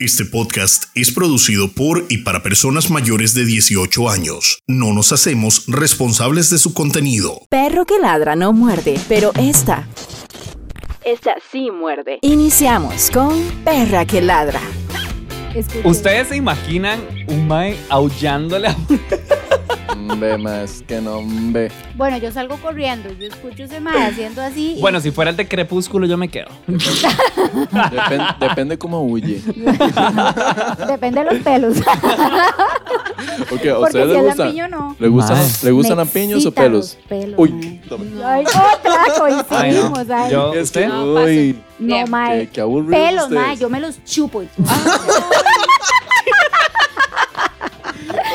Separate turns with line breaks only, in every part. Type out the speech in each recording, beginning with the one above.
Este podcast es producido por y para personas mayores de 18 años. No nos hacemos responsables de su contenido.
Perro que ladra no muerde, pero esta, esta sí muerde. Iniciamos con Perra que ladra.
¿Ustedes se imaginan un mae aullándole a un-
Hombre, más que no, hombre.
Bueno, yo salgo corriendo, yo escucho ese mae haciendo así. y-
Bueno, si fuera el de Crepúsculo yo me quedo.
Depen- depende cómo huye.
depende de los pelos.
Ok, ¿a
porque
ustedes
si
les
es
gusta?
lampiño, no.
¿Le gustan,
Mae.
¿le gustan
Me
lampiños o
excitan
pelos?
los pelos,
Uy,
mae.
tome.
Ay, otra, coincidimos.
Ay, no.
ay.
Yo-
es que,
¿Usted?
uy,
no, mae.
qué, qué aburrido.
Pelos,
ustedes.
mae, yo me los chupo.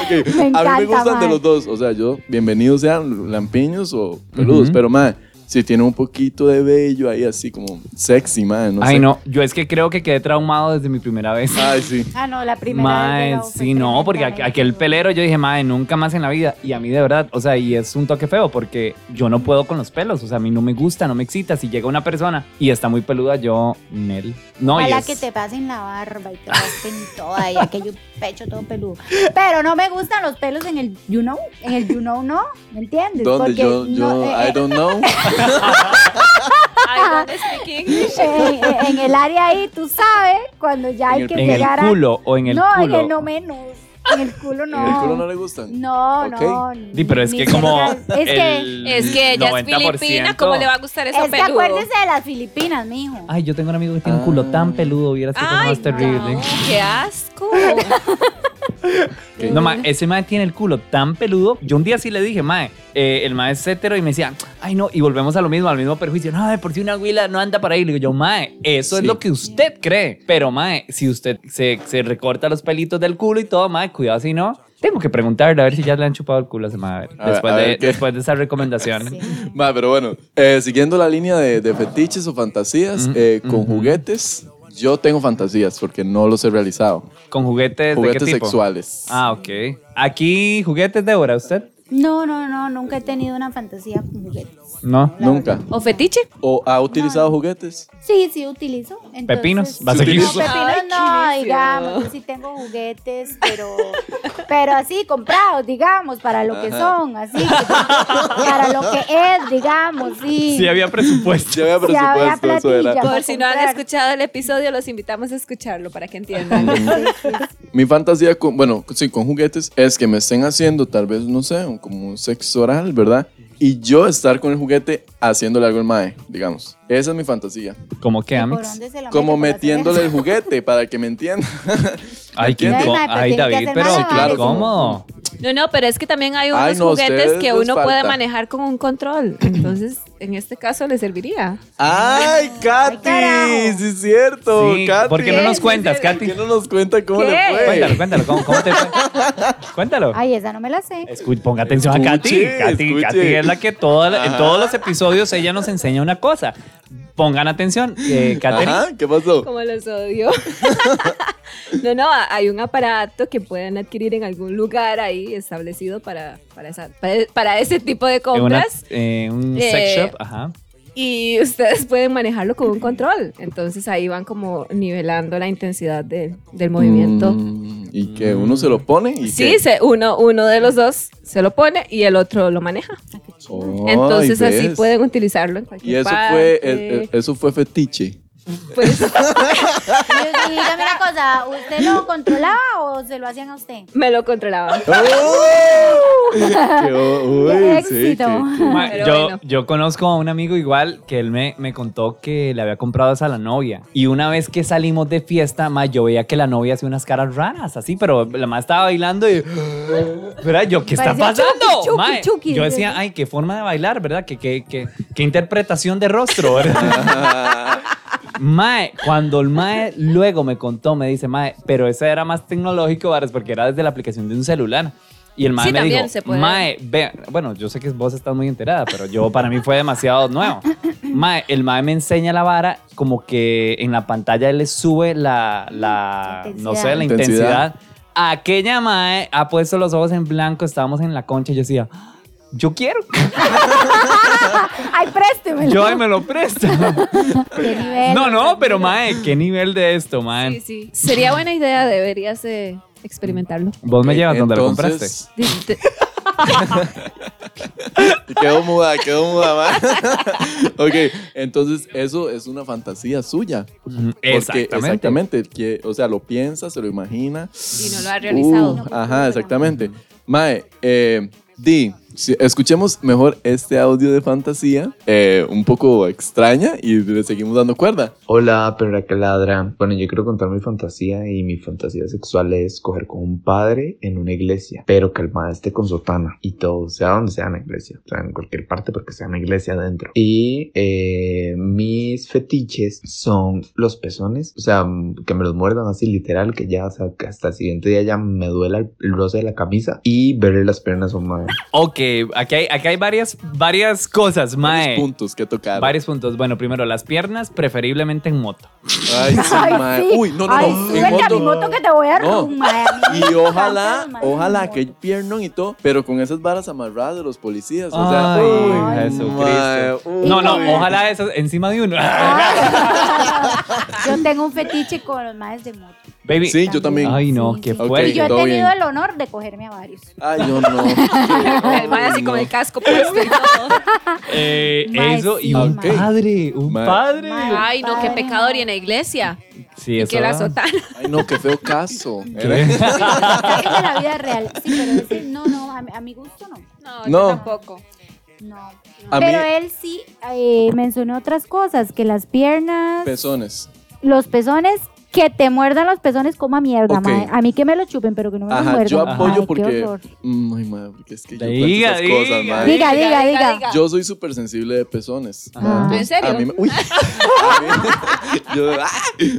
Ok,
me
a mí
encanta,
me gustan de
mae.
los dos. O sea, yo, bienvenidos sean lampiños o peludos.
Ujú.
Pero, mae, si tiene un poquito de vello ahí, así como sexy, mae. No
Ay
sé.
no, yo es que creo que quedé traumado desde mi primera vez.
Ay, sí.
Ah, no, la primera.
Mae, sí, no, porque aqu- aquel pelero yo dije, mae, nunca más en la vida. Y a mí de verdad, o sea, y es un toque feo porque yo no puedo con los pelos, o sea, a mí no me gusta, no me excita. Si llega una persona y está muy peluda, yo, Nel. No, y
Ojalá
es-
que te pasen la barba y te raspen toda y aquello pecho todo peludo. Pero no me gustan los pelos en el you know, en el you know no, ¿me entiendes?
¿Dónde?
Porque
Yo, yo,
no, eh,
I don't know.
I don't speak English.
en, en- en el área ahí, tú sabes, cuando ya hay
En el-
que
en el
llegar a...
culo o en el
no,
culo.
en el no menos. En el culo no.
¿En el culo no le gustan?
No, no.
Ok.
Sí, pero es
ni
que como...
general. Es que,
el
Es que ella es
90%.
filipina, ¿cómo le va a gustar eso
es que
peludo?
acuérdese de las Filipinas, mijo.
Ay, yo tengo un amigo que tiene un
Ah.
culo tan peludo, vieras que cosa
Ay,
más terrible.
no, qué asco.
No, ma, ese mae tiene el culo tan peludo. Yo un día sí le dije, mae, eh, el mae es hetero y me decía, ay no, y volvemos a lo mismo, al mismo perjuicio. No, de por si una huila no anda para ahí. Le digo yo, mae, eso es
Sí.
lo que usted cree. Pero mae, si usted se, se recorta los pelitos del culo y todo, mae, cuidado si no. Tengo que preguntarle a ver si ya le han chupado el culo a ese mae, a ver,
A ver,
después,
a
de,
ver qué.
después de esa recomendación.
Sí.
Mae, pero bueno, eh, siguiendo la línea de, de fetiches o fantasías, eh, con juguetes, yo tengo fantasías porque no los he realizado.
Con juguetes,
Juguetes
¿de qué tipo?
sexuales.
Ah, ok. Aquí, juguetes de hora, ¿usted?
No, no, no, nunca he tenido una fantasía con juguetes.
No.
la
Nunca.
¿O fetiche?
¿O ha utilizado juguetes?
Sí, sí, utilizo. entonces-
Pepinos,
No,
vas a seguir.
pepinos
Ay,
no,
qué
digamos.
necio.
Yo sí tengo juguetes, pero, pero así comprados, digamos, para lo que son, así, para lo que es, digamos, sí.
Sí, había presupuesto.
Ya había
Sí, había
presupuesto, eso era.
platillo.
Por si no han
comprar.
escuchado el episodio, los invitamos a escucharlo para que entiendan.
Mi fantasía, con, bueno, sí, con juguetes, es que me estén haciendo tal vez, no sé, un- como un sexo oral, ¿verdad? Y yo estar con el juguete haciéndole algo al mae, digamos. Esa es mi fantasía.
¿Cómo que,
¿Y por
Amix?
dónde se lo
Como
mete? ¿Por las
metiéndole el juguete para que me entienda.
Ay, qué
¿Entiendes?
incó-
Ay, pues,
Ay,
tiene que
David,
hacer
pero
malabares.
qué
Claro,
incómodo.
No, no, pero es que también hay unos
Ay, no,
juguetes
ustedes
que
les
uno puede
falta.
manejar con un control. Entonces, en este caso le serviría.
¡Ay, Katy!
carajo.
Sí, es cierto.
Sí,
Katy.
¿Por qué no nos
Sí,
cuentas,
sí,
¿Por
Katy?
qué no nos cuenta cómo le
¿Qué?
fue?
Cuéntalo, cuéntalo, ¿cómo, cómo te fue? Cuéntalo.
Ay, esa no me la sé.
Escu- ponga atención a
Escuche,
Katy. Katy,
escuche.
Katy es la que toda la- en
Ajá.
todos los episodios ella nos enseña una cosa. Pongan atención, eh, Katherine.
Ajá, ¿qué pasó?
Como los odio. no, no, a- hay un aparato que pueden adquirir en algún lugar ahí establecido para, para, esa- para, para ese tipo de
en una-
compras.
eh, un
Eh,
sex shop, ajá.
y ustedes pueden manejarlo con un control. Entonces ahí van como nivelando la intensidad de- del movimiento.
Mm, y que uno se lo pone y
Sí,
que-
se- uno, uno de los dos se lo pone y el otro lo maneja.
Ay,
Entonces así eh.
¿ves?
pueden utilizarlo en cualquier
Y eso
parte.
fue, eh, el- el- eso fue fetiche.
Pues,
Y dígame una cosa, ¿usted lo controlaba o se lo hacían a usted?
me lo controlaba.
¡Qué, uy,
¡Qué
sí,
éxito!
que- que-
Ma,
Pero
yo,
bueno.
yo conozco a un amigo igual que él me, me contó que le había comprado esa a la novia. Y una vez que salimos de fiesta, ma, yo veía que la novia hacía unas caras raras, así, pero la más estaba bailando y. ¿Verdad? Yo, ¿qué está
Parecía
pasando?
Chucky, Chucky,
Ma,
Chucky.
yo decía, ay, qué forma de bailar, ¿verdad? ¿Qué, qué, qué, qué interpretación de rostro, ¿verdad? Mae, cuando el Mae luego me contó, me dice, Mae, pero ese era más tecnológico, varas, porque era desde la aplicación de un celular. Y el Mae
Sí,
me
también
dijo,
se puede.
Mae, ve, bueno, yo sé que vos estás muy enterada, pero yo para mí fue demasiado nuevo. Mae, el Mae me enseña la vara, como que en la pantalla él le sube la, la no sé, la intensidad.
Intensidad.
Aquella Mae ha puesto los ojos en blanco, estábamos en la concha y yo decía, yo quiero.
Ay, préstemelo.
Yo ahí me lo presto.
Qué nivel.
No, no, pero mae, qué nivel de esto, mae.
Sí, sí. Sería buena idea, deberías eh, experimentarlo.
Vos me llevas donde lo
Entonces,
compraste.
Di- te-
Y quedó muda, quedó muda, ma. ok, entonces eso es una fantasía suya.
Mm,
Porque
Exactamente.
exactamente, que, o sea, lo piensa, se lo imagina.
Y no lo ha realizado.
Uh, ajá, exactamente. Mae, eh, Di, si- escuchemos mejor este audio de fantasía, eh, un poco extraña, y le seguimos dando cuerda.
Hola, perra que ladra. Bueno, yo quiero contar mi fantasía y mi fantasía sexual es coger con un padre en una iglesia, pero que el madre esté con sotana y todo, sea donde sea en la iglesia, o sea, en cualquier parte porque sea una iglesia adentro. Y eh, mis fetiches son los pezones, o sea, mm, que me los muerdan así literal, que ya o sea, que hasta el siguiente día ya me duela el- el roce de la camisa y verle las piernas a un madre.
Ok, aquí hay, aquí hay varias, varias cosas, mae.
Varios puntos que tocar.
Varios puntos. Bueno, primero, las piernas, preferiblemente en moto.
Ay, sí,
Ay,
mae.
sí.
Uy, no, no,
Ay,
no.
súbete a mi moto que te voy a
No.
arrumar.
Y ojalá, ojalá que piernon y todo, pero con esas varas amarradas de los policías. O sea,
Ay,
uy,
Jesucristo.
mae, uy.
No, no, ojalá esas encima de uno.
Yo tengo un fetiche con los maes de moto.
Baby.
Sí, yo también.
Ay, no, qué
Y
Ok.
yo he
fuerte.
todo
tenido el
bien.
honor de cogerme a varios.
Ay, yo no.
el man así con el casco puesto y todo.
Eh,
Mae,
eso
sí,
y un
mae.
padre, un
Mae.
padre.
Mae.
Ay, no, qué pecador. Y en la iglesia.
Sí,
Y
eso.
que la sotana.
Ay, no, qué feo caso.
Saque de la vida real. Sí, pero ese, no, no, a, mi- a mi gusto no.
No,
No.
yo tampoco.
No.
A mí-
pero él sí eh, mencionó otras cosas, que las piernas,
Pezones.
los pezones, que te muerdan los pezones como a mierda,
Ok.
mae. A mí que me lo chupen, pero que no me lo
Ajá,
muerdan.
yo
Ay,
apoyo
qué
porque.
horror.
Mm, Ay, madre, porque es que yo
Diga,
cuento esas cosas,
diga.
madre.
Diga, diga, diga.
Yo soy súper sensible de pezones.
Ajá.
¿En serio?
A mí me- uy. A mí- yo, ah,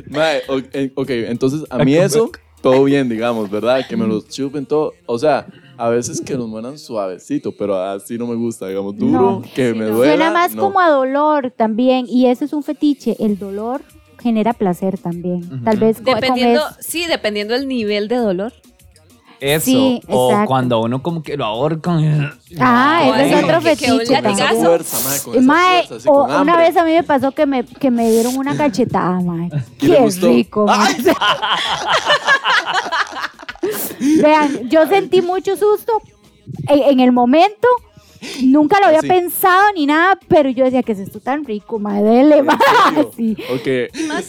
mae, o- eh, ok, entonces a mí eso, todo bien, digamos, ¿verdad? Que me los chupen todo. O sea, a veces que los mueran suavecito, pero así no me gusta, digamos, duro,
No,
que me duela.
Suena más
no.
como a dolor también, y eso es un fetiche, el dolor genera placer también. Tal vez co- con
Dependiendo,
eso-
sí, dependiendo del nivel de dolor.
Eso.
Sí,
o
exacto.
cuando uno como que lo ahorcan.
Ah,
No,
ese
ay,
es otro
que- que un
fetiche.
Con esa
también.
latigazo.
fuerza, mae, con esa
Eh, Mae,
fuerza, así
o-
con hambre.
una vez a mí me pasó que me, que me dieron una cachetada, mae.
¿Y le
Qué
gustó?
rico. mae. Vean, yo sentí mucho susto en, en el momento. Nunca lo había
Sí.
pensado ni nada, pero yo decía que es esto tan rico, mae, dele, mae. Sí.
Ok,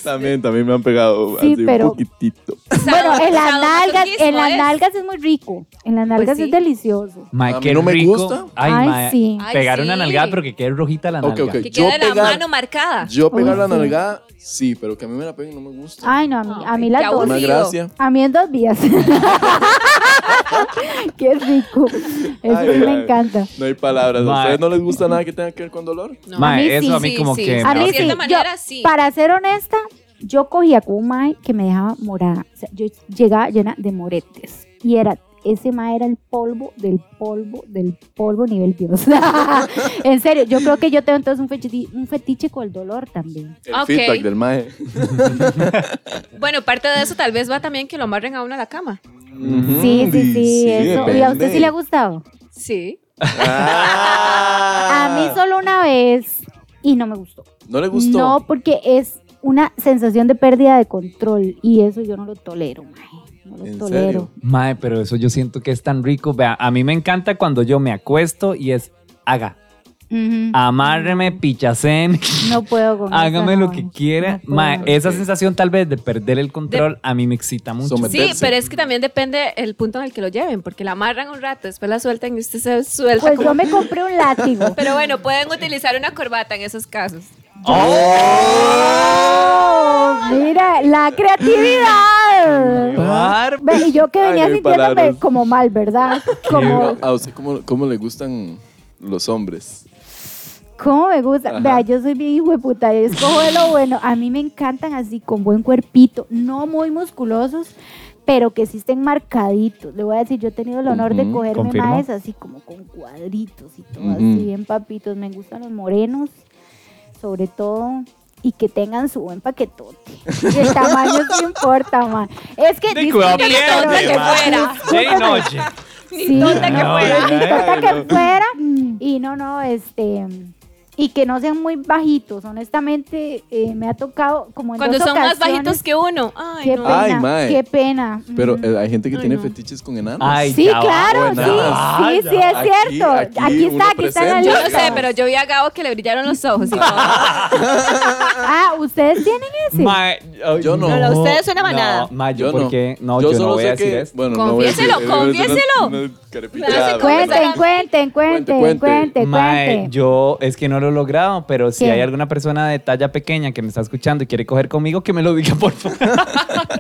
también, también me han pegado
Sí,
así
pero-
un poquitito.
Bueno, en las
Sadomasoquismo
nalgas, en las
es. Pues
nalgas es muy rico. En las nalgas
sí.
es delicioso.
Mae,
A mí
qué
no me
rico.
gusta.
Ay,
Ay,
mae,
sí.
Ay,
Pegar una
sí.
nalgada, pero que quede rojita la
Ok,
nalga.
ok.
Que
Yo
quede la
pegar-
mano marcada.
Yo pegar
Uy,
la
sí.
nalgada, sí, pero que a mí me la peguen no me gusta.
Ay, no, a mí, a mí
Qué
las dos.
aburrido.
Una gracia.
A mí en dos días. Qué rico. Eso
Ay,
sí me
ay.
encanta.
No hay palabras. ¿A
Mae.
ustedes no les gusta nada que tenga que ver con dolor?
No,
Mae,
a mí
eso
sí,
a mí
sí,
como
sí.
que.
A
me
mí
va-
De cierta manera, sí.
Para ser honesta, yo cogía con un mae que me dejaba morada. O sea, yo llegaba llena de moretes. Y era, ese mae era el polvo del polvo del polvo nivel Dios. en serio, yo creo que yo tengo entonces un fetiche, un fetiche con el dolor también.
El
Ok.
feedback del mae.
Bueno, parte de eso tal vez va también que lo amarren a uno a la cama.
Sí, sí, sí. eso. ¿Y a usted sí le ha gustado?
Sí.
A mí solo una vez y no me gustó.
Ah. ¿No le gustó?
No, porque es una sensación de pérdida de control y eso yo no lo tolero, mae. No lo
¿En
tolero.
serio?
Mae, pero eso yo siento que es tan rico. Vea, a mí me encanta cuando yo me acuesto y es haga.
Ujú.
Ah, Amárreme, pichacen,
No puedo con
hágame
esa,
lo
no.
que quiera. eh.
No puedo.
Mae, esa
Ok.
sensación tal vez de perder el control a mí me excita mucho.
Somet-
Sí,
Meterse.
pero es que también depende el punto en el que lo lleven, porque la amarran un rato, después la sueltan y usted se suelta.
Pues
como-
yo me compré un látigo.
Pero bueno, pueden utilizar una corbata en esos casos.
¡Oh! Mira, la creatividad.
Bar-
Ve, y yo que
Ay,
venía
no hay
sintiéndome
palabras.
como mal, ¿verdad? Como,
¿A usted cómo, cómo le gustan los hombres?
¿Cómo me gusta? Vea, yo soy bien hijo de puta, yo escojo de lo bueno. A mí me encantan así, con buen cuerpito, no muy musculosos, pero que sí estén marcaditos. Le voy a decir, yo he tenido el honor de
Ujú,
cogerme
confirmo.
maes así como con cuadritos y todo
Ujú.
así, bien papitos. Me gustan los morenos, sobre todo. Y que tengan su buen paquetote. Y el tamaño sí importa, man. Es que.
De cuidado,
discúlpeme,
mierda,
pero-
que
mae.
fuera.
Day noche.
Sí,
tonta que
no,
fuera.
ni tonta
Ay,
que fuera. Y no, no, este. Y que no sean muy bajitos. Honestamente, eh, me ha tocado como en
Cuando
dos
son más
ocasiones.
bajitos que uno. Ay,
Qué
no.
pena,
Ay, mae.
qué pena.
Pero
Ujú.
eh, hay gente que
Ay,
tiene
no.
fetiches con enanos.
Ay,
Sí,
ya va,
claro,
buena.
sí,
Ah,
sí,
ya
sí,
va.
es cierto.
Aquí-
Aquí,
aquí uno
está, aquí está en la
presenta.
Yo
lista.
no sé, pero yo vi a Gabo que le brillaron los ojos. y todo.
Ah, ¿ustedes tienen ese?
Mae, ay,
Yo no.
Pero ustedes son una manada.
No, mae, yo, ¿por qué? No, yo, no voy a decir esto.
Bueno,
Confiéselo,
no voy a decir- es una-
confiéselo.
una carepillada,
No sé
¿verdad?
cómo
Cuenten, cuenten, cuenten, cuenten,
cuente.
cuenten.
Mae, yo es que no lo he logrado, pero si
¿Qué?
hay alguna persona de talla pequeña que me está escuchando y quiere coger conmigo, que me lo diga, por favor.
Al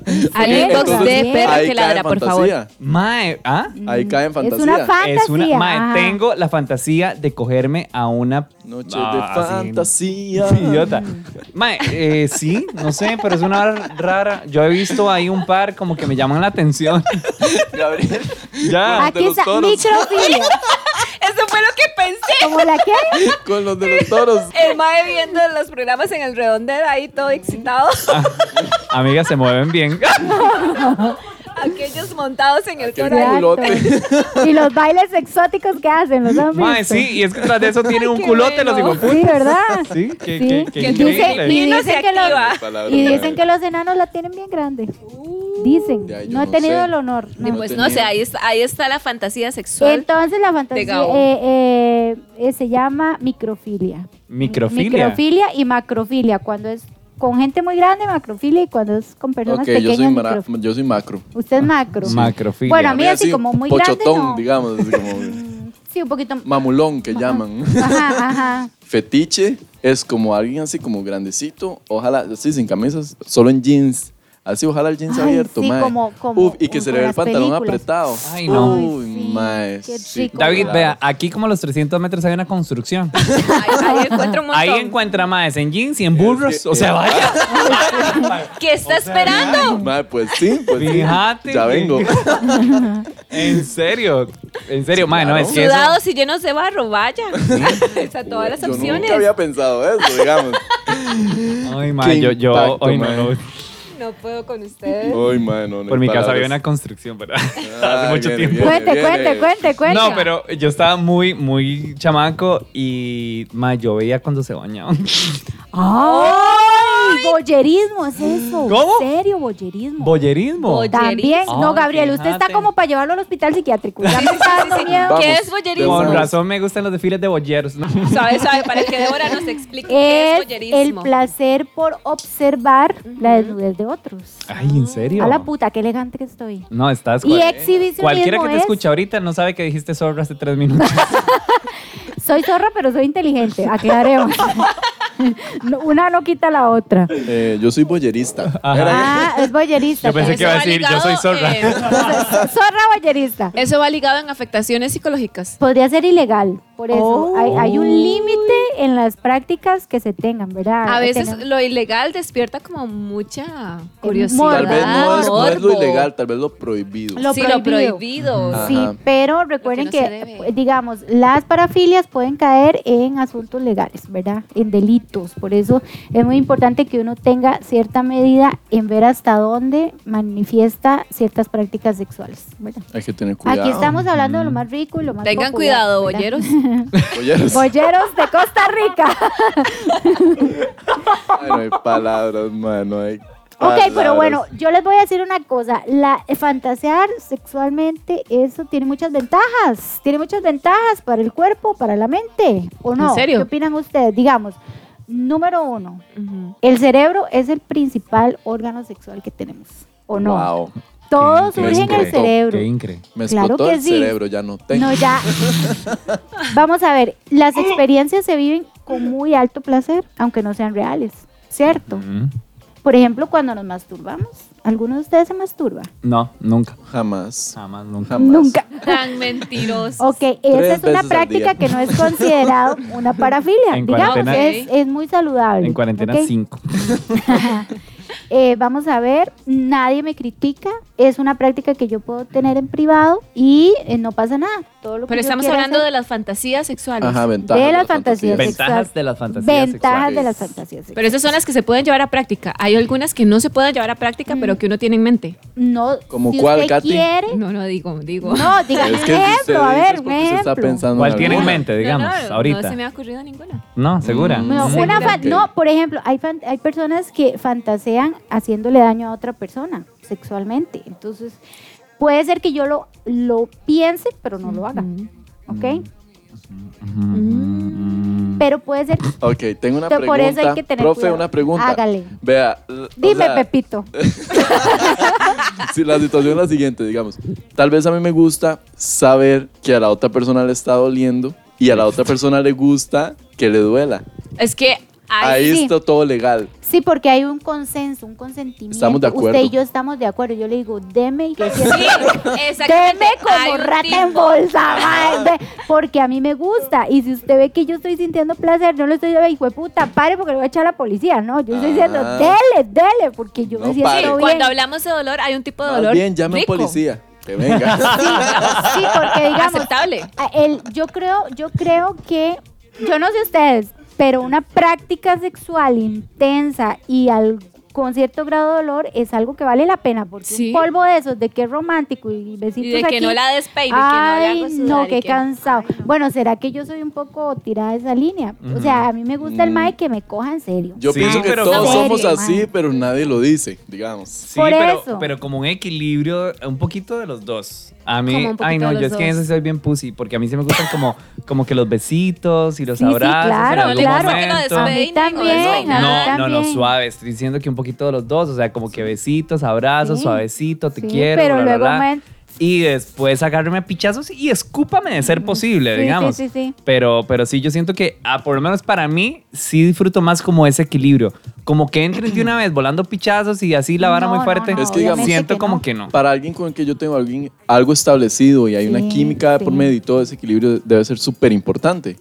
Sí,
inbox
entonces,
de perra
ahí cae
que ladra, por favor.
fantasía.
Mae, ¿ah?
Ahí cae en fantasía.
Es una fantasía.
Es una, mae,
ajá.
tengo la fantasía de cogerme a una
Noche
Ah,
de
sí, no.
fantasía.
idiota. Mae, eh, sí, no sé, pero es una hora rara. Yo he visto ahí un par como que me llaman la atención.
Gabriel.
ya.
de
Aquí
los
está
toros.
microfilia.
Eso fue lo que pensé.
¿Cómo la qué?
Con los de los toros.
El mae viendo los programas en el redondel ahí todo excitado.
Amigas se mueven bien.
Aquellos montados en el
Aquel
toro. ahí.
culote.
Exacto. Y los bailes exóticos que hacen, los han
Mae,
visto?
sí, y es que tras de eso tiene un
qué
culote los
bueno.
hijos.
Sí, ¿verdad?
Sí, que,
Sí.
que- que
Que
dice-
increíble.
y- Uno se
que
activa.
los, y dicen que los enanos la tienen bien grande. Dicen.
Ya, yo
no he
no
tenido
sé.
el honor. no.
Y Uh. pues no sé, ahí está, ahí está la fantasía sexual.
Entonces la
De
fantasía
Gabo.
eh, eh, eh, se llama microfilia.
Microfilia.
Microfilia y macrofilia. Cuando es con gente muy grande, macrofilia. Y cuando es con personas
Ok, yo
pequeñas,
soy, Ah, mara-
microfilia.
yo soy macro.
Usted es macro.
Macrofilia.
Bueno, a mí
Gabriel,
así como muy grande,
Pochotón,
no.
digamos. Así como
Sí, un poquito.
mamulón que llaman.
Ajá, ajá.
Fetiche es como alguien así como grandecito, ojalá, así sin camisas, solo en jeans. Así, ojalá el jeans
Ay,
abierto,
sí,
mae.
como- como-
Uf, y que
como
se le ve el
las
pantalón
películas.
apretado.
Ay, no.
Uy,
Ay, sí,
mae,
qué
sí,
rico.
como
David,
la-
vea, aquí como a los 300 metros hay una construcción.
Ahí, ahí encuentro un montón.
Ahí encuentra maes en jeans y en burros.
que-
O sea, vaya.
¿Qué está esperando?
Mae, pues sí, pues sí.
Fíjate
Ya
que-
vengo.
En serio. En serio, mae, no, es que eso-
Sudados y llenos de barro, vaya. O sea, todas las
Yo
opciones.
nunca había pensado eso, digamos.
Ay, mae,
Qué
yo, yo
impacto,
hoy no,
mae.
no.
No puedo con ustedes.
Ay, mae, no, no
Por
hay
mi casa había
palabras.
una construcción, ¿verdad?
Ah,
Hace mucho
viene,
tiempo.
viene,
Cuente,
viene.
cuente, cuente, cuente.
No, pero yo estaba muy, muy chamaco y mae, yo veía cuando se bañaban.
¡Ay! Bollerismo es eso.
¿Cómo?
serio, bollerismo.
Boyerismo.
Boy-
También.
Ay,
No, Gabriel, usted
fíjate.
está como para llevarlo al hospital psiquiátrico. Ya me está dando miedo.
Vamos,
¿Qué es boyerismo?
Con
vamos.
razón me gustan los desfiles de bolleros. ¿no?
Sabe, sabe, para que Débora nos explique qué
Es
es
el
boyerismo.
placer por observar la desnudez de otros.
Ay, ¿en serio?
A la puta, qué elegante que estoy.
No, estás...
Y
cual-
exhibicionismo
Cualquiera que te
es,
escucha ahorita no sabe que dijiste zorra hace tres minutos.
Soy zorra, pero soy inteligente. Aclaremos. No, Una no quita la otra.
Eh, yo soy boyerista.
Ah, es bollerista.
Yo
también.
pensé que iba a
va eh,
decir, yo soy zorra.
Zorra bollerista.
eso va ligado en afectaciones psicológicas.
Podría ser ilegal. Por eso
Oh.
hay, hay un límite en las prácticas que se tengan, ¿verdad?
Ah,
A veces
Tenemos-
lo ilegal despierta como mucha
morbo.
curiosidad.
Tal vez no es, no es lo
morbo.
ilegal, tal vez lo prohibido.
Lo
sí, lo
prohibido.
prohibido.
Ajá.
Sí, pero recuerden
no
que,
se debe.
eh, digamos, las parafilias pueden caer en asuntos legales, ¿verdad? En delitos. Por eso es muy importante que uno tenga cierta medida en ver hasta dónde manifiesta ciertas prácticas sexuales, ¿verdad?
Hay que tener cuidado.
Aquí estamos hablando de lo más rico y lo más
Tengan
popular,
cuidado,
¿verdad?
bolleros.
Boyeros.
Bolleros de Costa Rica.
Ay, no hay palabras, man. No hay
Ok,
palabras.
pero bueno, yo les voy a decir una cosa. La eh, fantasear sexualmente, eso tiene muchas ventajas. Tiene muchas ventajas para el cuerpo, para la mente. ¿O no?
serio?
¿Qué opinan ustedes? Digamos, número uno,
Ujú.
el cerebro es el principal órgano sexual que tenemos. ¿O no?
Wow.
Todo
Qué
surge en el
increíble.
cerebro.
Qué increíble.
Me
Claro
explotó
que
el
sí.
cerebro, ya no tengo.
No, ya. Vamos a ver, las experiencias se viven con muy alto placer, aunque no sean reales, ¿cierto?
Mm.
Por ejemplo, cuando nos masturbamos, ¿alguno de ustedes se masturba?
No, nunca.
Jamás.
Jamás, nunca.
Jamás.
Nunca.
Tan mentirosos.
Ok,
Tres
esa es una
veces al
práctica
día.
que no es considerado una parafilia.
En
Digamos,
cuarentena-
es, es muy saludable.
En cuarentena
¿ok?
cinco.
Eh, vamos a ver, nadie me critica. Es una práctica que yo puedo tener en privado y eh, no pasa nada. Todo lo que
Pero
yo
estamos
quiera
hablando
hacer-
de las fantasías sexuales.
Ajá, ventajas.
De
la
las
fantasía.
fantasías.
Ventajas
sexual.
de las fantasías
ventajas de
sexuales.
las fantasías. sexuales.
Pero esas son las que se pueden llevar a práctica. Hay algunas que no se pueden llevar a práctica,
Mm.
pero que uno tiene en mente.
no,
¿Como
si
cuál,
usted
Katy?
quiere,
No, no digo, digo.
no, dígame
Es
un
que si usted
ejemplo, a
dice es
ver, un
porque se está
ejemplo.
pensando
¿Cuál
en
tiene en
alguna.
mente, digamos,
No, no,
ahorita?
No se me ha ocurrido ninguna.
No, segura.
Mm.
No,
Mm.
Sí,
una
claro.
fan- no, por ejemplo, hay, fan- hay personas que fantasean haciéndole daño a otra persona sexualmente. Entonces, puede ser que yo lo, lo piense, pero no lo haga,
Mm.
¿ok? Pero puede ser,
Ok, tengo una
Entonces,
pregunta.
por eso hay que tener
Profe,
cuidado.
una pregunta.
Hágale.
Vea. l- o
dime
sea, eh,
Pepito,
si la situación es la siguiente, digamos. Tal vez a mí me gusta saber que a la otra persona le está doliendo y a la otra persona le gusta que le duela.
Es que hay.
Ahí
sí.
está todo legal.
sí, porque hay un consenso, un consentimiento.
Estamos de acuerdo.
Usted y yo estamos de acuerdo. Yo le digo, deme y que sienta.
Sí, exactamente.
Deme
Hay
como
un
rata en
tipo-
bolsa, mae, ve, porque a mí me gusta. Y si usted ve que yo estoy sintiendo placer, no le estoy diciendo, hijo de puta, pare porque le voy a echar a la policía. No, yo estoy diciendo,
Ah.
dele, dele, porque yo
No
me
Sí,
siento
pare.
bien.
cuando hablamos de dolor, hay un tipo de
Más
dolor.
bien, llame a un
rico,
policía. Que venga.
Sí, sí, porque digamos,
Aceptable.
a- el, yo creo, yo creo que, yo no sé ustedes, pero una práctica sexual intensa y al- con cierto grado de dolor es algo que vale la pena, porque
Sí.
un polvo de esos, de que es romántico y besitos
Y de que
aquí,
no la despeine,
Ay,
que no la haga
no,
sudar y
qué
que-
cansado. Bueno, ¿será que yo soy un poco tirada de esa línea? O sea, a mí me
Mm.
gusta el mae que me coja en serio.
Yo
Sí,
pienso que
pero
todos
como-
somos
Serio,
así,
pues,
man.
pero nadie lo dice, digamos.
Sí,
Por
pero,
eso.
pero como un equilibrio, un poquito de los dos. A mí,
Como un poquito
ay no,
de
yo
los
es que en
dos.
eso soy bien pussy, porque a mí se me gustan como, como que los besitos y los
Sí, sí,
abrazos. en
claro,
algún
claro.
momento.
A mí también, a mí
No, no, no,
también.
suave, estoy diciendo que un poquito de los dos, o sea, como que besitos, abrazos,
Sí.
suavecito, te
Sí,
quiero,
pero
bla, bla,
luego
bla.
men-
Y después agarrarme a pichazos y escúpame de ser posible,
Sí,
digamos.
sí, sí, sí.
Pero, pero sí, yo siento que, ah, por lo menos para mí, sí disfruto más como ese equilibrio. Como que entren de una vez volando pichazos y así la vara
No,
muy
no,
fuerte.
no,
Es que digamos-
obviamente
siento
que
como
no.
que no.
Para alguien con el que yo tengo alguien, algo establecido y hay una
Sí,
química de por
sí.
medio y todo ese equilibrio debe ser súper importante.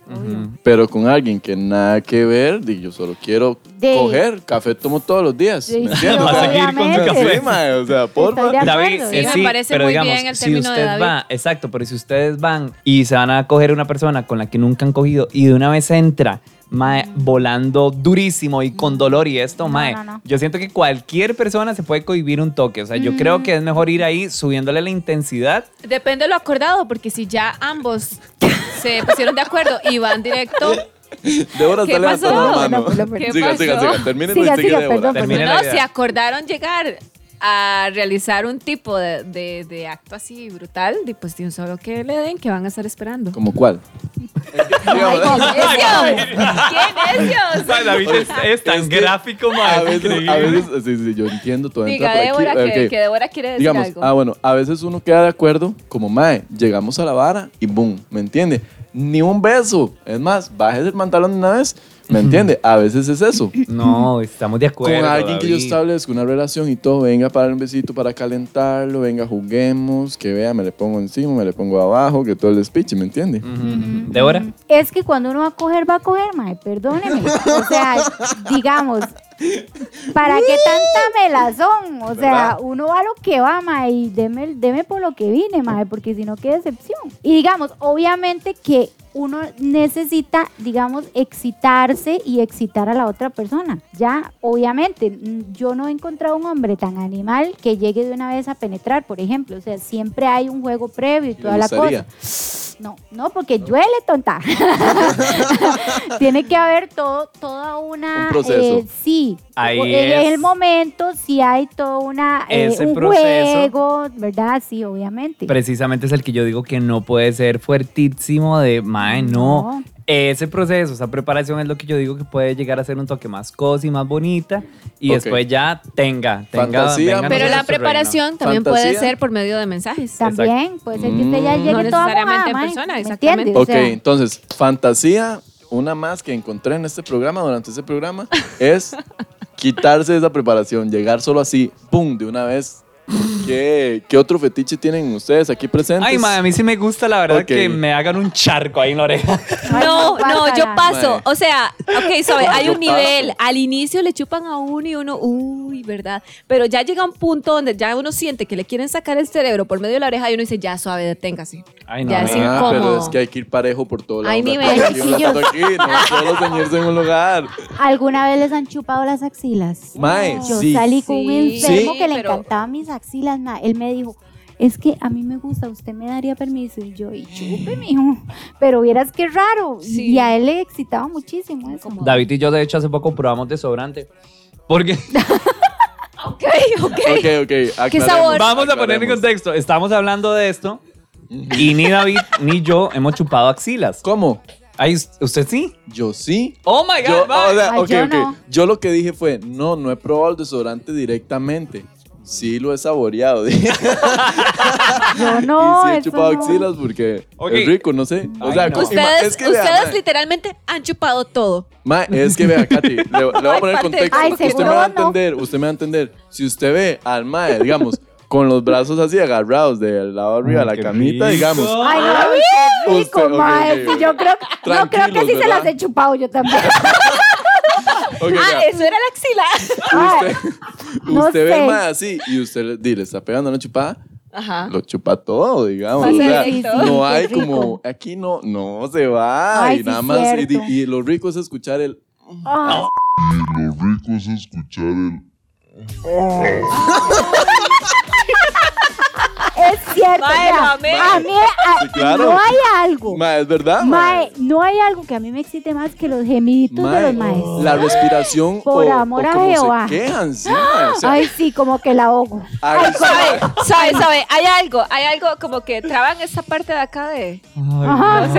Pero con alguien que nada que ver, di, yo solo quiero
De-
coger café, tomo todos los días.
Sí,
¿Me
sí,
entiendes?
Va a seguir con su
obviamente.
café.
Sí, mae, o sea, porfa.
Estoy de acuerdo,
David, eh,
digamos.
sí,
Me parece
pero
muy
digamos,
bien el
si
término de
usted
David.
va, exacto, pero si ustedes van y se van a coger una persona con la que nunca han cogido y de una vez entra, mae, volando durísimo y con dolor y esto,
Mm. No,
mae,
no, no.
yo siento que cualquier persona se puede cohibir un toque, o sea, yo
Mm.
creo que es mejor ir ahí subiéndole la intensidad.
Depende de lo acordado, porque si ya ambos se pusieron de acuerdo y van directo.
Débora
¿Qué
está levantando
pasó?
la mano.
Bueno, bueno,
¿Qué
siga, siga,
pasó?
siga. Terminen
Siga,
y sigue
siga,
Débora.
perdón, perdón.
Termina la
No,
idea.
se acordaron llegar a realizar un tipo de, de- de acto así brutal, y pues de un solo que le den, que van a estar esperando.
¿Como cuál?
¡Qué necios! ¡Qué necios!
David es, tan
Es que
gráfico,
A veces, a veces, sí, sí, yo entiendo todo. entra
Diga
por aquí,
Débora que,
ok.
que Débora quiere decir
Digamos,
algo.
ah, bueno, a veces uno queda de acuerdo, como mae, llegamos a la vara y boom, ¿me entiende? Ni un beso. Es más, bajes el pantalón de una vez, ¿me entiende? A veces es eso.
No, estamos de
Con
acuerdo.
alguien que yo
David.
establezco una relación y todo, venga para dar un besito para calentarlo, venga, juguemos, que vea, me le pongo encima, me le pongo abajo, que todo el speech, ¿me entiende?
Ujú. Débora.
Es que cuando uno va a coger, va a coger, mae, perdóneme. O sea, digamos, ¿para qué tanta melazón? O sea,
¿Verdad?
uno va a lo que va, mae, y deme, deme por lo que vine, mae, porque si no, qué decepción. Y digamos, obviamente que uno necesita, digamos, excitarse y excitar a la otra persona. Ya, obviamente, mm, yo no he encontrado un hombre tan animal que llegue de una vez a penetrar, por ejemplo. O sea, siempre hay un juego previo y
le
toda la
gustaría?
cosa. No, no, porque duele, tonta. Tiene que haber todo, toda una. eh,
Un proceso.
sí.
Ahí
en
es.
el momento sí hay toda una. eh,
Ese
un
proceso.
juego, ¿verdad? Sí, obviamente.
Precisamente es el que yo digo que no puede ser fuertísimo de, mae, no.
No.
Ese proceso, esa preparación es lo que yo digo que puede llegar a ser un toque más cozy, más bonita y
Ok.
después ya tenga, tenga.
Fantasía,
venga,
Pero
no sé,
la
su reino.
preparación también
Fantasía.
puede ser por medio de mensajes.
También puede ser que usted ya
Mm.
llegue toda
No
mojada,
necesariamente en
mae,
persona,
¿me
exactamente.
entiendes? O
Ok,
sea,
entonces, fantasía, una más que encontré en este programa, durante este programa, es quitarse esa preparación, llegar solo así, ¡pum!, de una vez. ¿Qué, qué otro fetiche tienen ustedes aquí presentes?
Ay, mae, a mí sí me gusta la verdad
Ok.
que me hagan un charco ahí en la oreja.
ay,
No, no, yo
guácala.
paso.
Mae.
O sea, ok, suave, hay un nivel. Al inicio le chupan a uno y uno, uy, ¿verdad? Pero ya llega un punto donde ya uno siente que le quieren sacar el cerebro por medio de la oreja y uno dice, ya, suave, deténgase.
Ay, no.
Ya,
amiga.
sí. incómodo.
Ah, pero es que hay que ir parejo por todo lado.
Hay
O sea,
niveles.
hay que ir un lado aquí, no solo ceñirse en un lugar.
¿Alguna vez les han chupado las axilas?
Mae,
Yo
sí.
salí con un
Sí,
enfermo
sí,
que le
pero-
encantaban mis axilas, ma. Él me dijo, es que a mí me gusta, usted me daría permiso. Y yo, y chupe, mijo. Pero vieras qué raro.
Sí.
Y a él le excitaba muchísimo eso.
Como-
David y yo, de hecho, hace poco probamos desodorante. Porque
Ok, ok.
Ok, ok. aclaremos,
sabor?
vamos a poner en
aclaremos.
contexto. Estamos hablando de esto y ni David ni yo hemos chupado axilas.
¿Cómo?
Ay, ¿Usted sí?
Yo sí.
Oh my
Yo,
God. va.
o sea,
Ay,
ok,
yo
ok.
no.
Yo lo que dije fue, no, no he probado el desodorante directamente. Sí lo he saboreado. dije.
"Ah,
Yo
y
no,
sí he
eso
chupado
no.
axilas porque
Ok.
es rico, no sé. O
Ay,
sea,
no.
co- ima-
Ustedes,
es que vea,
ustedes
mae.
literalmente han chupado todo.
Ma, es que vea, Katy, le, le voy
Ay,
a poner
parte-
contexto.
ay,
usted me
seguro
va a
no.
entender, usted me va a entender. Si usted ve al mae, digamos, con los brazos así agarrados del lado arriba de
Ay,
la
qué
camita,
rico.
digamos.
Ay, no, qué rico,
Ah, Usted, ok,
mae.
ok.
Sí, yo creo, no creo que sí
Tranquilos,
se las
¿verdad?
he chupado yo también.
Ok,
Ah,
vea,
eso era la axila.
Ay, no
usted ve al
sé.
mae así y usted le, di, le está pegando una chupada,
Ajá.
lo chupa todo, digamos.
Pues
Más
o sea,
directo.
no
qué
hay
rico.
como, aquí no, no se va.
Ay,
y
sí,
nada más, y, di-
cierto.
y lo rico es escuchar el.
Ay,
Lo rico es escuchar el
es cierto.
Mae,
ya.
lo amé.
A mí a-
Sí, claro.
no hay algo.
Ma, es verdad, mae.
Mae, no hay algo que a mí me excite más que los gemiditos de
Mae,
los maes.
La respiración
Por
o,
amor
o
a
como
Jehová.
se quejan, sí, mae, o sea,
Ay, sí, como que la ahogo.
ay,
Sabe, sabe, sabe. Hay algo, hay algo como que traban esa parte de acá de.
Ajá, sí,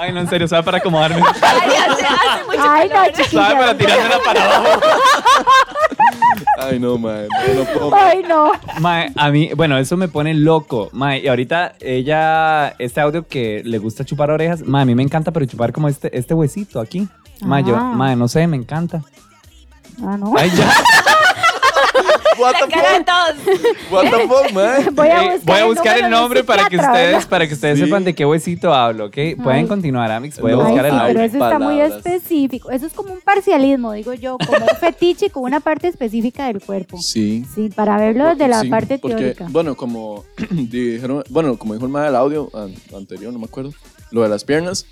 Ay, no, en serio, sabe para acomodarme.
Ay, hace, hace mucho
Ay, no,
calor.
Sabe para
chiquilla.
tirármela para abajo.
ay, no, mae, no, no puedo.
Ay, no.
Mae, a mí, bueno, eso me pone loco. Mae, y ahorita ella, este audio que le gusta chupar orejas, mae, a mí me encanta, pero chupar como este, este huesito aquí. Mae, yo,
Ah.
mae, no sé, me encanta.
Ah, no.
Ay, ya.
What
La
the
cara de
fuck,
todos.
what the fuck, mae.
Voy a
Eh,
buscar,
voy a buscar el nombre
del
para que
psiquiatra,
ustedes,
¿verdad?
para que ustedes
Sí.
sepan de qué huesito hablo, ¿ok? Pueden continuar, Amix, pueden
No,
buscar
Ay,
el
sí,
nombre.
pero
audio.
eso está muy
Palabras.
específico. Eso es como un parcialismo, digo yo, como un fetiche con una parte específica del cuerpo.
Sí.
Sí, para verlo desde la
Sí,
parte
porque,
teórica.
Bueno, como dijeron, bueno, como dijo el mae del audio an- anterior, no me acuerdo, lo de las piernas.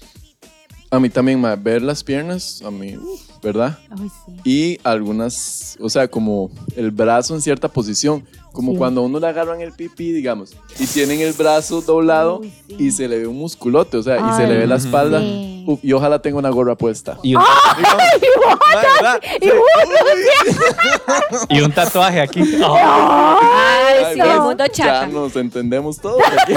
A mí también, mae, ver las piernas, a mí, ¿verdad?
Ay, sí.
Y algunas, o sea, como el brazo en cierta posición, como
Sí.
cuando a uno le agarran el pipí, digamos, y tienen el brazo doblado
Uy, sí.
y se le ve un musculote, o sea, y se
Ay,
le ve la
sí.
espalda.
Sí.
Uf, y ojalá tenga una gorra puesta.
Y un,
¡Ah!
Digamos, mae, ¿verdad? Sí.
y un tatuaje aquí.
Ay,
¡Ah!
Ay,
sí,
¿ves?
el mundo
Ya
chata.
nos entendemos todos. aquí.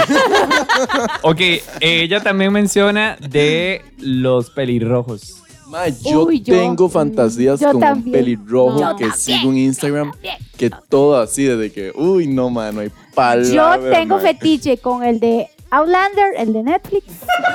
Ok, ella también menciona de los pelirrojos.
Ma, yo
Uy, yo- mm,
tengo fantasías
yo
con un
también.
pelirrojo
No.
que sigo en Instagram. Que todo así, desde que, uy, no, man, no hay palabra.
Yo tengo
ma.
fetiche con el de Outlander, el de Netflix.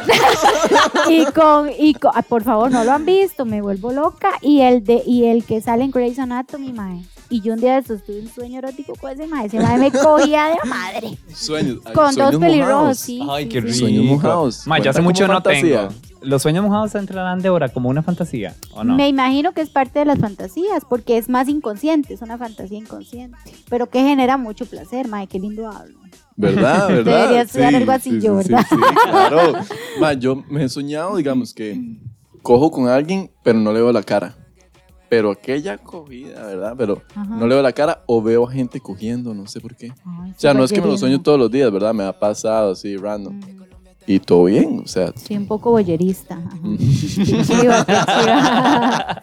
y con, y con- ah, por favor, no lo han visto, me vuelvo loca. Y el de, y el que sale en Grey's Anatomy, mae. Y yo un día de estos tuve un sueño erótico con ese mae. Ese mae me cogía de madre.
Sueños. ay,
Con dos
sueños
pelirrojos,
mojados.
sí.
Ay,
sí,
qué
sí.
rico.
Sueños mojados.
Ma, ya hace
Cuenta
mucho
como
no
fantasía.
tengo. ¿Los sueños mojados entrarán de hora como una fantasía o no?
Me imagino que es parte de las fantasías, porque es más inconsciente, es una fantasía inconsciente. Pero que genera mucho placer, mae, qué lindo hablo.
¿Verdad? ¿Verdad?
Debería estudiar algo así yo, ¿verdad?
Sí, claro. Ma, yo me he soñado, digamos, que cojo con alguien, pero no le veo la cara. Pero aquella cogida, ¿verdad? Pero
Ajá.
no le veo la cara o veo a gente cogiendo, no sé por qué.
Ay,
O sea,
sí,
no es que me lo
voyerismo.
sueño todos los días, ¿verdad? Me ha pasado así, random.
Mm.
Y todo bien, o sea.
Soy un poco boyerista. ajá. Qué chiva, qué chiva.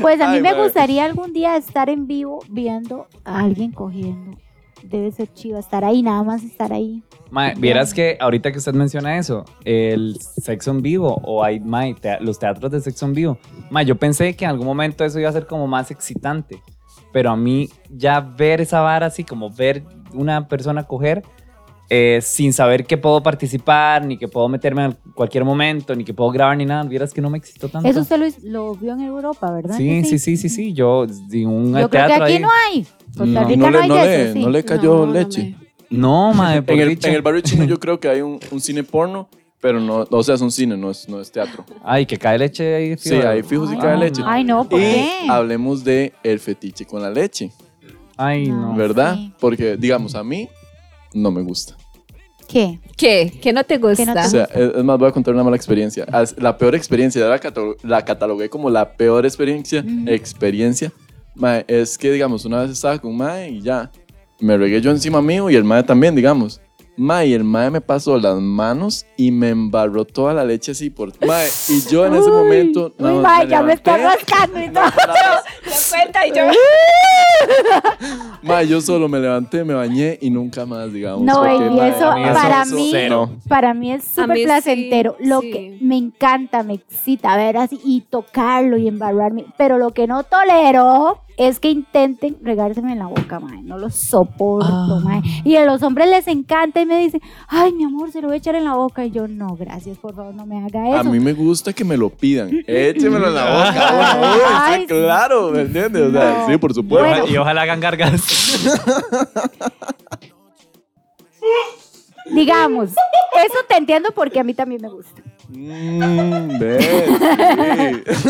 Pues a mí
Ay,
me
madre.
gustaría algún día estar en vivo viendo a alguien cogiendo. Debe ser chiva estar ahí, nada más estar ahí.
Mae, vieras que ahorita que usted menciona eso, el sexo en vivo o hay mae, te- los teatros de sexo en vivo. Mae, yo pensé que en algún momento eso iba a ser como más excitante, pero a mí ya ver esa vara así, como ver una persona coger eh, sin saber que puedo participar, ni que puedo meterme en cualquier momento, ni que puedo grabar ni nada, vieras que no me excitó tanto.
Eso usted lo, hizo- lo vio en Europa, ¿verdad?
sí,
que
sí, sí, sí, sí, yo en un
Yo creo que
teatro
aquí
ahí-
no hay. Costa
No,
Rica
no
no,
le,
hay
no,
de
le,
eso, sí.
no le cayó
No, no
leche.
No, mae, por
en, el,
dicha.
en el barrio chino yo creo que hay un, un cine porno, Pero no, o sea, es un cine, no es, no es teatro.
Ay, que cae leche ahí.
Sí, ahí fijo si cae
no.
leche. Ah,
Ay, no, ¿por qué?
Y hablemos de el fetiche con la leche,
Ay, no.
¿verdad?
Ah, sí.
Porque, digamos, a mí no me gusta.
¿Qué?
¿Qué? ¿Qué no te gusta?
¿Qué no te
O sea, es es más, voy a contar una mala experiencia. As- La peor experiencia, ya la, cata- la catalogué como la peor experiencia. experiencia. Mae, es que, digamos, una vez estaba con un Mae y ya. Me regué yo encima mío y el Mae también, digamos. Mae, y el Mae me pasó las manos y me embarró toda la leche así por. Mae, y yo en ese
Uy,
momento.
uy, mae, ya me está
levanté,
rascando y todo.
cuenta y yo.
Mae, yo solo me levanté, me bañé y nunca más, digamos.
No,
porque,
y
mae,
eso
a
para
eso-
mí-
Cero.
Para mí es
A mí
súper
sí,
placentero. lo
sí.
que me encanta, me excita ver así y tocarlo y embarrarme. Pero lo que no tolero es que intenten regárseme en la boca, mae. No lo soporto,
Ah.
mae. Y a los hombres les encanta y me dicen, ay, mi amor, se lo voy a echar en la boca. Y yo, no, gracias, por favor, no me haga
A
eso.
mí me gusta que me lo pidan. Échemelo en la boca.
Ay.
bueno, uy,
Ay.
sí, claro, ¿me entiendes? O sea,
No.
sí, por supuesto.
Bueno.
Y ojalá hagan gargas.
Digamos, eso te entiendo porque a mí también me gusta.
Mm, ve, sí.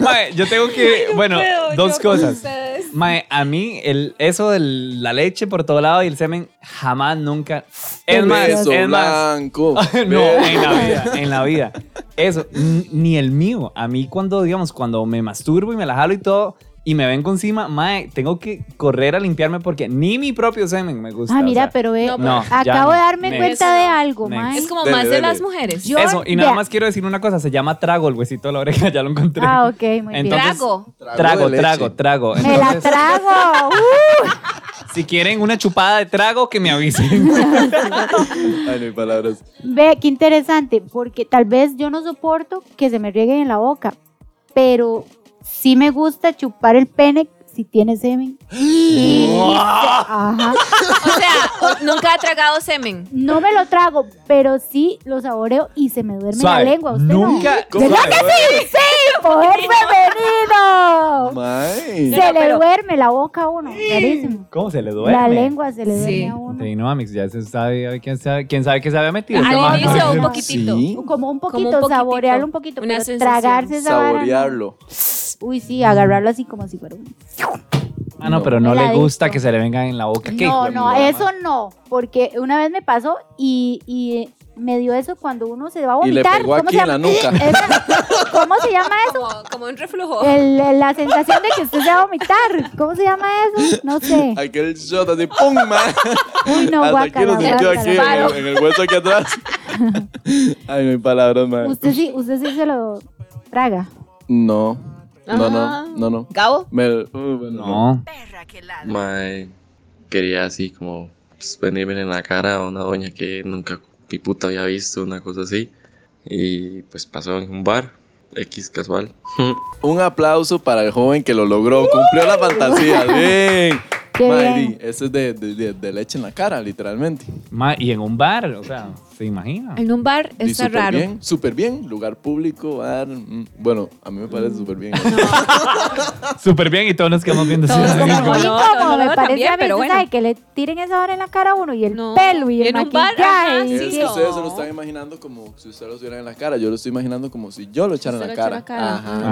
Mae, yo tengo que. bueno, dos cosas.
Ustedes.
Mae, a mí, el, eso de la leche por todo lado y el semen, jamás, nunca. Es más,
Beso
es más.
blanco.
no,
ve.
en la vida, en la vida. Eso, n- ni el mío. A mí cuando, digamos, cuando me masturbo y me la jalo y todo, y me vengo encima, mae, tengo que correr a limpiarme porque ni mi propio semen me gusta.
Ah,
o
mira,
sea,
pero ve,
no,
no, ya
acabo
no.
de darme
Next.
cuenta de algo,
Next.
mae.
Es como
Dele,
más de
dele.
las mujeres.
Yo-
Eso, y nada
vea.
más quiero decir una cosa, se llama trago el huesito de la oreja, ya lo encontré.
Ah, ok, muy
Entonces-
Trago.
Trago,
Trago de leche.
trago, trago.
bien. Me la
Entonces,
trago.
si quieren una chupada de trago, que me avisen.
Ay, no hay palabras.
Ve, qué interesante, porque tal vez yo no soporto que se me rieguen en la boca, pero sí me gusta chupar el pene si tiene semen.
¡Ah!
Y- Ajá.
O sea, o- nunca ha tragado semen.
No me lo trago, pero sí lo saboreo y se me duerme
Suave,
la lengua. ¿Usted no?
Nunca.
¿Cómo
suave.
¡Poder femenino!
Mae.
¡Pues Se le
pero-
duerme la boca a uno, clarísimo.
¿Cómo se le duerme?
La lengua se le duerme
Sí.
a uno.
Dynamics, ya se sabe, quién sabe, quién sabe qué se había metido.
Al
Este man-
inicio, un
no.
poquitito.
Sí.
Como un poquito,
poquitito,
saborearlo un poquito,
una
pero
sensación.
tragarse esa vara, no.
Saborearlo.
Uy, sí, agarrarlo así como si fuera un...
Ah, no, pero no le
Heladito.
gusta que se le venga en la boca. ¿Qué hijo
No,
de
no,
puta
eso no, porque una vez me pasó y, y me dio eso cuando uno se va a
Y le
vomitar.
pegó
¿Cómo
aquí
se
en la
llama?
nuca.
Esa- ¿Cómo se llama eso?
Como, como un reflujo.
El- el- la sensación de que usted se va a vomitar. ¿Cómo se llama eso? No sé.
Aquel shot así, ¡pum! Mae.
Uy, no,
Hasta aquí
guácala,
lo sintió
guácala.
aquí, en el, en el hueso aquí atrás. Ay, no hay palabras, mae.
Usted sí, usted sí se lo traga.
No. No,
Ajá.
Ah.
no, no, no.
Gabo.
Me, uh, bueno, no.
No.
Perra que ladra.
Mae, quería así como pues, venirme en la cara a una doña que nunca mi puta había visto, una cosa así. Y pues pasó en un bar, X casual.
Un aplauso para el joven que lo logró. Cumplió la fantasía. Bien.
Qué
Mae,
bien.
di, Ese es de, de- de- de leche en la cara, literalmente.
Ma- y en un bar, o sea, ¿se imagina?
En un bar
Di,
está
súper
raro.
bien, súper bien. Lugar público, bar. mm, Bueno, a mí me parece súper bien.
Súper bien y todos nos quedamos viendo.
Todos
así.
como-
Muy
no, no,
incómodo,
no,
me
no,
parece
también,
a mí,
pero
usted
bueno.
sabe, que le tiren esa hora en la cara a uno y el
No.
pelo y el
En un bar,
maquillaje.
ajá,
y
sí,
Es
que-
que
eso.
ustedes se lo están imaginando como si ustedes lo tuvieran en la cara. Yo lo estoy imaginando como si yo lo echara en
Usted
la
lo echara
cara.
cara.
Ajá,
Ah,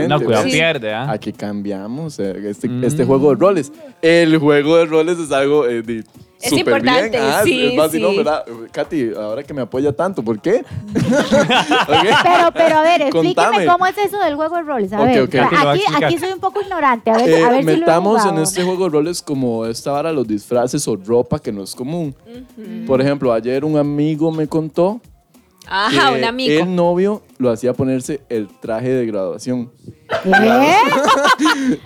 exactamente.
no, cuidado,
¿ves?
Sí.
pierde, ¿ah?
Aquí cambiamos eh, este,
Mm.
este juego de roles. El juego de roles es algo eh, di-
Es
súper
importante,
bien. Ah,
sí,
es más, si no,
sí.
¿verdad? Katy, ahora que me apoya tanto, ¿por qué? Ok.
Pero, pero a ver, explíqueme
Contame.
cómo es eso del juego de roles. A
Ok,
ver,
ok, ok, lo
voy a
aquí,
explicar.
aquí soy un poco ignorante. A ver,
Eh,
a ver si lo he
metamos en
jugado.
este juego de roles como esta vara los disfraces o ropa que no es común. Por ejemplo, ayer un amigo me contó
Ajá,
que
un amigo.
el novio lo hacía ponerse el traje de graduación.
¿Eh?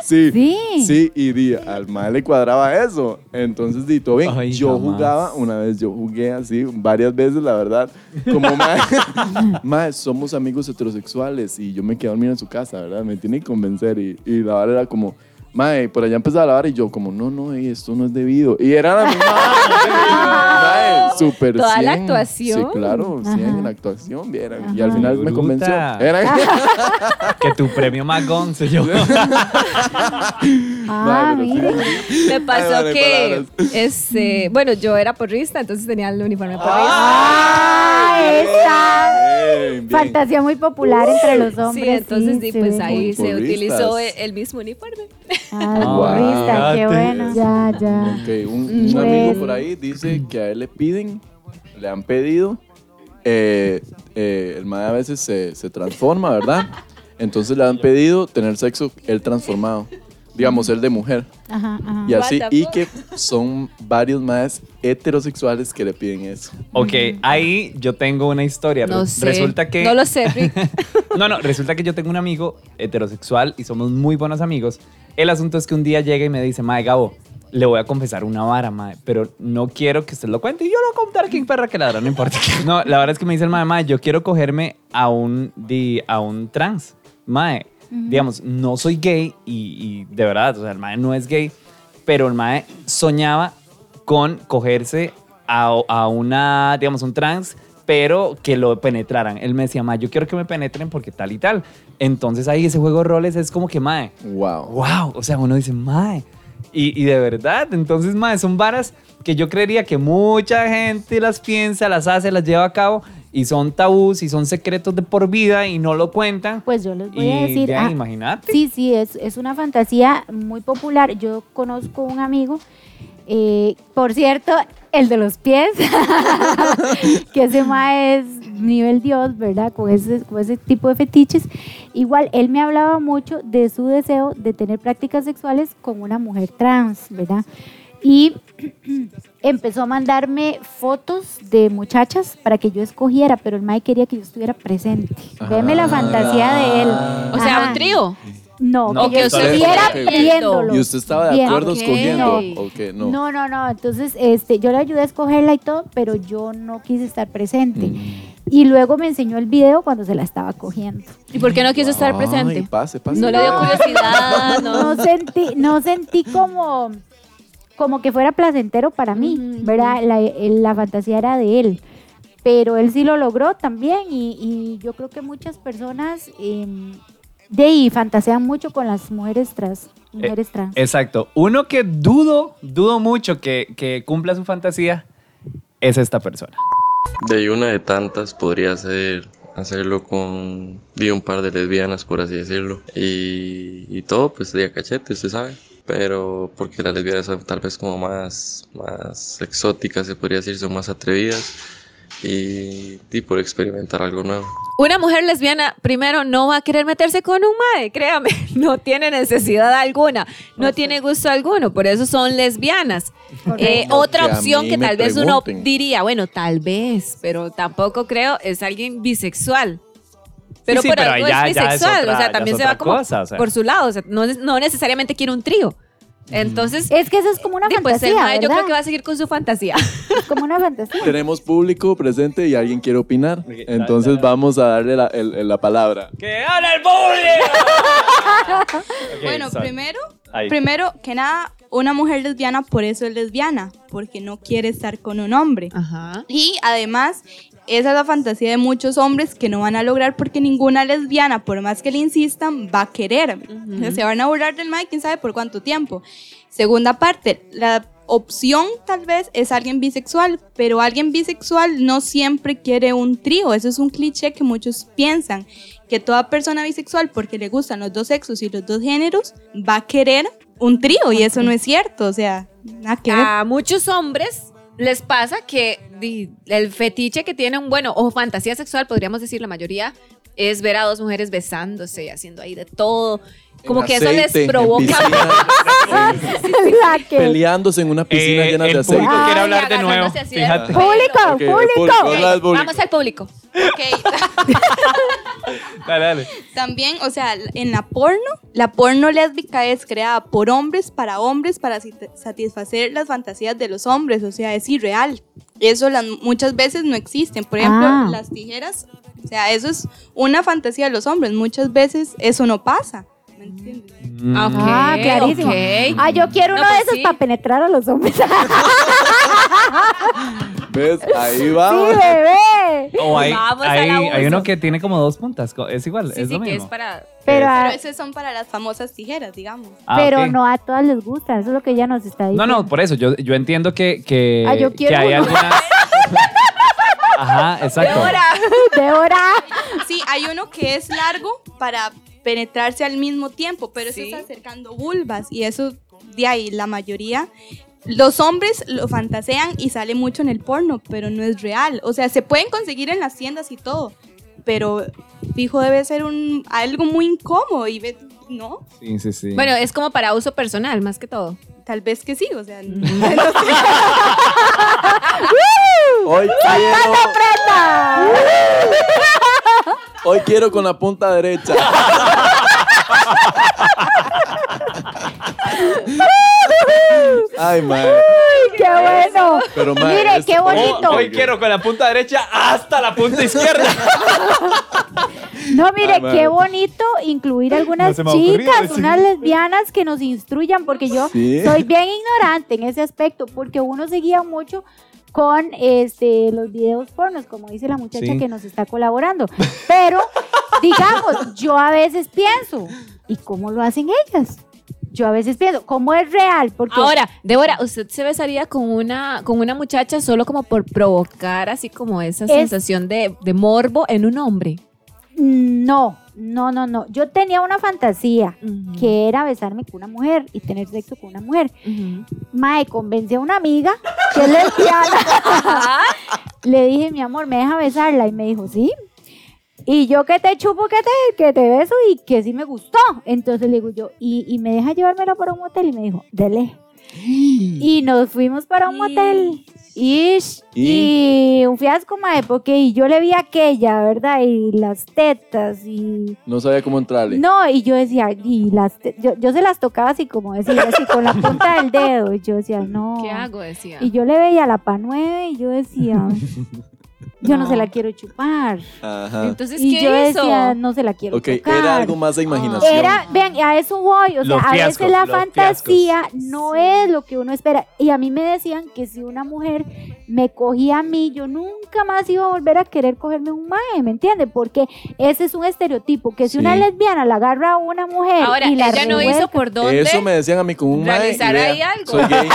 Sí.
Sí.
Sí, y di, al mal le cuadraba eso. Entonces, di, todo bien.
Ay,
yo
jamás.
jugaba una vez, yo jugué así varias veces, la verdad. Como, más somos amigos heterosexuales y yo me quedé a dormir en su casa, ¿verdad? Me tiene que convencer. Y, y la vara era como, mae, por allá empezaba la vara y yo como, no, no, ey, esto no es debido. Y era la misma vara, mae, súper
Toda la
100.
actuación.
Sí, claro, 100 en la actuación, vieran. Y al final me
Bruta.
convenció. Era-
Que tu premio Magón se llevó.
Ah,
Madre,
mire.
Me pasó
Ay, vale,
que,
palabras.
este, bueno, yo era porrista, entonces tenía el uniforme porrista.
Ah, esta
Bien, bien.
fantasía muy popular entre los
Sí,
hombres.
entonces sí,
se
pues
ve.
ahí se
Porristas.
utilizó el, el mismo uniforme.
Ah,
Wow.
burrista, qué
Fíjate.
bueno. Ya, ya.
Ok, un, un
Pues-
amigo por ahí dice que a él le piden, le han pedido, eh, eh, el mae a veces se, se transforma, ¿verdad? Entonces le han pedido tener sexo él transformado, digamos, él de mujer.
Ajá, ajá.
Y así,
What the
y
fuck?
que son varios maes heterosexuales que le piden eso.
Ok, ahí yo tengo una historia.
No
Re-
sé.
Resulta que.
No lo sé, Rick.
No, no, resulta que yo tengo un amigo heterosexual y somos muy buenos amigos. El asunto es que un día llega y me dice, Mae Gabo, le voy a confesar una vara, Mae, pero no quiero que usted lo cuente. Y yo lo voy a contar aquí en perra que ladra, no importa. No, la verdad es que me dice el Mae, Mae, yo quiero cogerme a un, di- a un trans. Mae, digamos, no soy gay y, y de verdad, o sea, el Mae no es gay, pero el Mae soñaba con cogerse a, a una, digamos, un trans, pero que lo penetraran. Él me decía, Mae, yo quiero que me penetren porque tal y tal. Entonces ahí ese juego de roles es como que, Mae,
Wow.
wow, o sea, uno dice, Mae. Y, y de verdad, entonces, Mae, son varas que yo creería que mucha gente las piensa, las hace, las lleva a cabo y son tabús y son secretos de por vida y no lo cuentan.
Pues yo les voy
y
a decir.
de ahí,
ah,
imagínate.
Sí, sí, es, es una fantasía muy popular. Yo conozco un amigo, eh, por cierto, el de los pies, que ese ma es nivel Dios, ¿verdad? Con ese, con ese tipo de fetiches. Igual, él me hablaba mucho de su deseo de tener prácticas sexuales con una mujer trans, ¿verdad? Y empezó a mandarme fotos de muchachas para que yo escogiera, pero el mae quería que yo estuviera presente. Veme la fantasía de él.
O sea,
Ajá.
un trío.
No,
No,
que yo
que
usted
estuviera
estuviera
viéndolo.
¿Y usted estaba de
Bien.
acuerdo
Ok.
escogiendo? Ok, no.
No, no, no. Entonces, este, yo le ayudé a escogerla y todo, pero yo no quise estar presente.
Mm.
Y luego me enseñó el video cuando se la estaba cogiendo.
¿Y por qué no quiso estar
Ay,
presente?
pase, pase.
No le dio curiosidad, no.
No sentí, no sentí como, como que fuera placentero para mí,
Ujú,
¿verdad? La, el- la fantasía era de él. Pero él sí lo logró también y, y yo creo que muchas personas em, de ahí fantasean mucho con las mujeres trans. Mujeres trans.
Exacto. Uno que dudo, dudo mucho que, que cumpla su fantasía es esta persona.
De ahí una de tantas podría ser hacerlo con de un par de lesbianas, por así decirlo. Y, y todo, pues de a cachete, usted sabe. Pero porque las lesbianas son tal vez como más, más exóticas, se podría decir, son más atrevidas. Y, y por experimentar algo nuevo.
Una mujer lesbiana, primero, no va a querer meterse con un mae, créame. No tiene necesidad alguna. No tiene gusto alguno. Por eso son lesbianas. Eh, otra
Que a
opción
mí
que
me
tal vez uno
pregunten.
diría, bueno, tal vez, pero tampoco creo, es alguien bisexual. Pero
Sí, sí,
por
pero
algo
ahí ya-
es
ya es
bisexual,
otra-
o
ya
sea,
es
también se
otra
va como
cosa, o sea.
por su lado, o sea, no, no necesariamente quiere un trío. Entonces,
Es que eso es como una
di, pues, el
fantasía,
mae yo
¿verdad?
creo que va a seguir con su fantasía.
Es como una fantasía.
Tenemos público presente y alguien quiere opinar.
dale,
Entonces vamos a darle la, el- el- la palabra.
¡Que habla el público! Ok,
bueno,
sorry.
primero,
Ahí.
primero que nada, una mujer lesbiana por eso es lesbiana, porque no quiere estar con un hombre.
Ajá.
Y además, esa es la fantasía de muchos hombres que no van a lograr porque ninguna lesbiana, por más que le insistan, va a querer. Se van a burlar del Mike, quién sabe por cuánto tiempo. Segunda parte, la opción tal vez es alguien bisexual, pero alguien bisexual no siempre quiere un trío. Eso es un cliché que muchos piensan, que toda persona bisexual, porque le gustan los dos sexos y los dos géneros, va a querer un trío y eso no es cierto. O sea, nada que
Ah.
ver.
A muchos hombres les pasa que di, el fetiche que tienen, bueno, o fantasía sexual, podríamos decir la mayoría, es ver a dos mujeres besándose y haciendo ahí de todo. Como
En
que eso
aceite,
les
en
provoca.
piscina, en-
La que-
peleándose en una piscina
Eh,
llena
el
de aceite.
público quiere
Ay,
hablar de nuevo.
agarrándose así de
Fíjate.
pelo.
¡Público!
Ok,
¡Público!
público. Hola,
Ok,
público.
vamos al público.
Ok,
Dale, dale.
También, o sea, en la porno, la porno lésbica es creada por hombres para hombres para sit- satisfacer las fantasías de los hombres, o sea, es irreal. Eso las- muchas veces no existen. Por ejemplo,
Ah.
las tijeras, o sea, eso es una fantasía de los hombres, muchas veces eso no pasa. ¿Me entiendes?
Ok,
Ah, clarísimo.
ok.
Ah, yo quiero
No,
uno
pues
de esos
sí.
para penetrar a
Ah,
los hombres. ¡Sí,
¿Ves? Ahí vamos.
bebé!
O Oh, hay,
Vamos al
hay,
abuso.
hay uno que tiene como dos puntas. co- Es igual,
Sí,
es
sí,
lo
que es
mismo.
para.
Pero, a-
Pero esos son para las famosas tijeras, digamos.
Ah,
pero
ok.
no a todas les gusta. Eso es lo que ella nos está diciendo.
No, no, por eso. Yo, yo entiendo que, que,
Ah, yo
que
quiero
hay
uno.
alguna. Ajá, exacto.
Débora.
Sí, hay uno que es largo para penetrarse al mismo tiempo, pero
Sí.
eso está acercando vulvas y eso de ahí la mayoría. Los hombres lo fantasean y sale mucho en el porno, pero no es real. O sea, se pueden conseguir en las tiendas y todo, pero fijo debe ser un algo muy incómodo y ve- no,
Sí, sí, sí.
Bueno, es como para uso personal, más que todo.
tal vez que sí, o sea, no
Hoy quiero. Hoy quiero con la punta derecha. Ay, madre.
¡Ay, qué bueno!
Pero, madre,
Mire,
este-
qué bonito.
Oh, hoy quiero con la punta derecha hasta la punta izquierda.
No, mire,
Ay, madre.
qué bonito incluir algunas
Ah, se me ha ocurrido,
chicas,
sí.
unas lesbianas que nos instruyan, porque yo
Sí.
soy bien ignorante en ese aspecto, porque uno se guía mucho con este los videos pornos, como dice la muchacha
Sí.
que nos está colaborando. Pero, digamos, yo a veces pienso, ¿y cómo lo hacen ellas? Yo a veces pienso, ¿cómo es real? Porque
Ahora, Débora, ¿usted se besaría con una, con una muchacha solo como por provocar así como esa
Es-
sensación de, de morbo en un hombre?
no, no, no, no. Yo tenía una fantasía que era besarme con una mujer y tener sexo con una mujer.
Ujú.
Mae, convencí a una amiga que es lesbiana. Le dije, mi amor, ¿me deja besarla? Y me dijo, sí. Y yo que te chupo, que te, que te beso y que sí me gustó. Entonces le digo yo, ¿y, y me deja llevármela para un motel? Y me dijo, dele. Y nos fuimos para un motel. Ish. Y un fiasco, mae, porque y yo le vi aquella, ¿verdad? Y las tetas y...
No sabía cómo entrarle.
No, y yo decía, y las te- yo, yo se las tocaba así como decía, así con la punta del dedo. Y yo decía, no.
¿Qué hago? Decía.
Y yo le veía la pa nueve y yo decía, yo no. se la quiero chupar.
Ajá.
Entonces,
y
¿qué
yo
hizo?
decía, no se la quiero
Ok,
tocar.
era algo más de imaginación.
Era- vean, a eso voy. O sea,
Los
a
fiascos,
veces la
los
fantasía no es lo que uno espera. Y a mí me decían que si una mujer me cogía a mí, yo nunca más iba a volver a querer cogerme un mae, ¿me entiende? Porque ese es un estereotipo, que si
Sí.
una lesbiana la agarra a una mujer
Ahora,
y la
ella no
revuelca-
hizo por dónde.
Eso me decían a mí con un mae,
Realizar
y vea,
ahí algo.
Soy gay.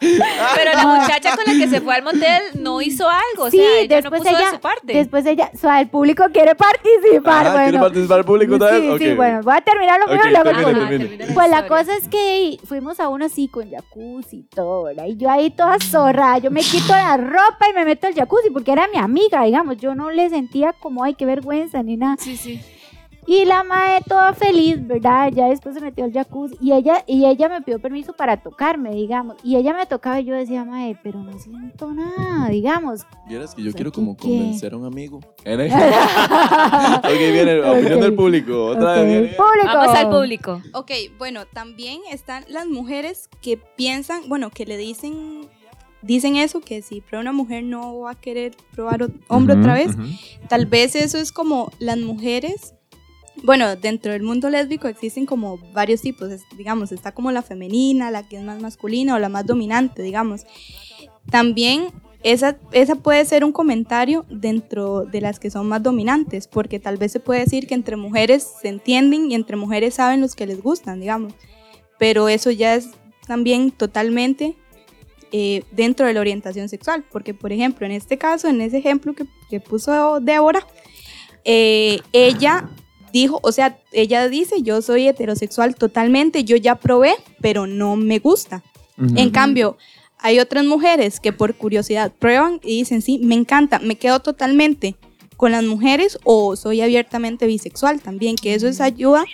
Pero la muchacha con la que se fue al motel no hizo algo.
Sí,
o sea, ella
después
no puso
ella-
de su parte.
Después ella, o sea, el público quiere participar,
Ajá,
bueno.
Ah, ¿Quiere participar el público otra vez?
Sí,
Ok,
sí,
ok.
bueno, voy a terminar lo
Ok,
mío y luego
termine,
continúo.
termine.
Pues la cosa es que fuimos a uno así con jacuzzi y todo, ¿verdad? Y yo ahí toda zorra, yo me quito la ropa y me meto al jacuzzi porque era mi amiga, digamos, yo no le sentía como, ay, qué vergüenza ni nada.
Sí, sí.
Y la madre toda feliz, ¿verdad? Ya después se metió al jacuzzi y ella, y ella me pidió permiso para tocarme, digamos. Y ella me tocaba y yo decía, madre, pero no siento nada, digamos.
Vieras que yo quiero
¿qué,
como
qué?
convencer a un amigo. Era- ok, viene la opinión
Ok.
del público. Otra
Ok,
vez viene.
público.
Vamos al público.
Ok, bueno, también están las mujeres que piensan, bueno, que le dicen, dicen eso, que si prueba una mujer no va a querer probar o- hombre otra vez. Tal vez eso es como las mujeres, bueno, dentro del mundo lésbico existen como varios tipos, es- digamos, está como la femenina, la que es más masculina o la más dominante, digamos. También esa, esa puede ser un comentario dentro de las que son más dominantes, porque tal vez se puede decir que entre mujeres se entienden y entre mujeres saben los que les gustan, digamos. Pero eso ya es también totalmente eh, dentro de la orientación sexual, porque por ejemplo, en este caso, en ese ejemplo que, que puso Débora, eh, ella dijo, o sea, ella dice, yo soy heterosexual totalmente, yo ya probé, pero no me gusta. En cambio, hay otras mujeres que por curiosidad prueban y dicen, sí, me encanta, me quedo totalmente con las mujeres o soy abiertamente bisexual también, que eso es ayuda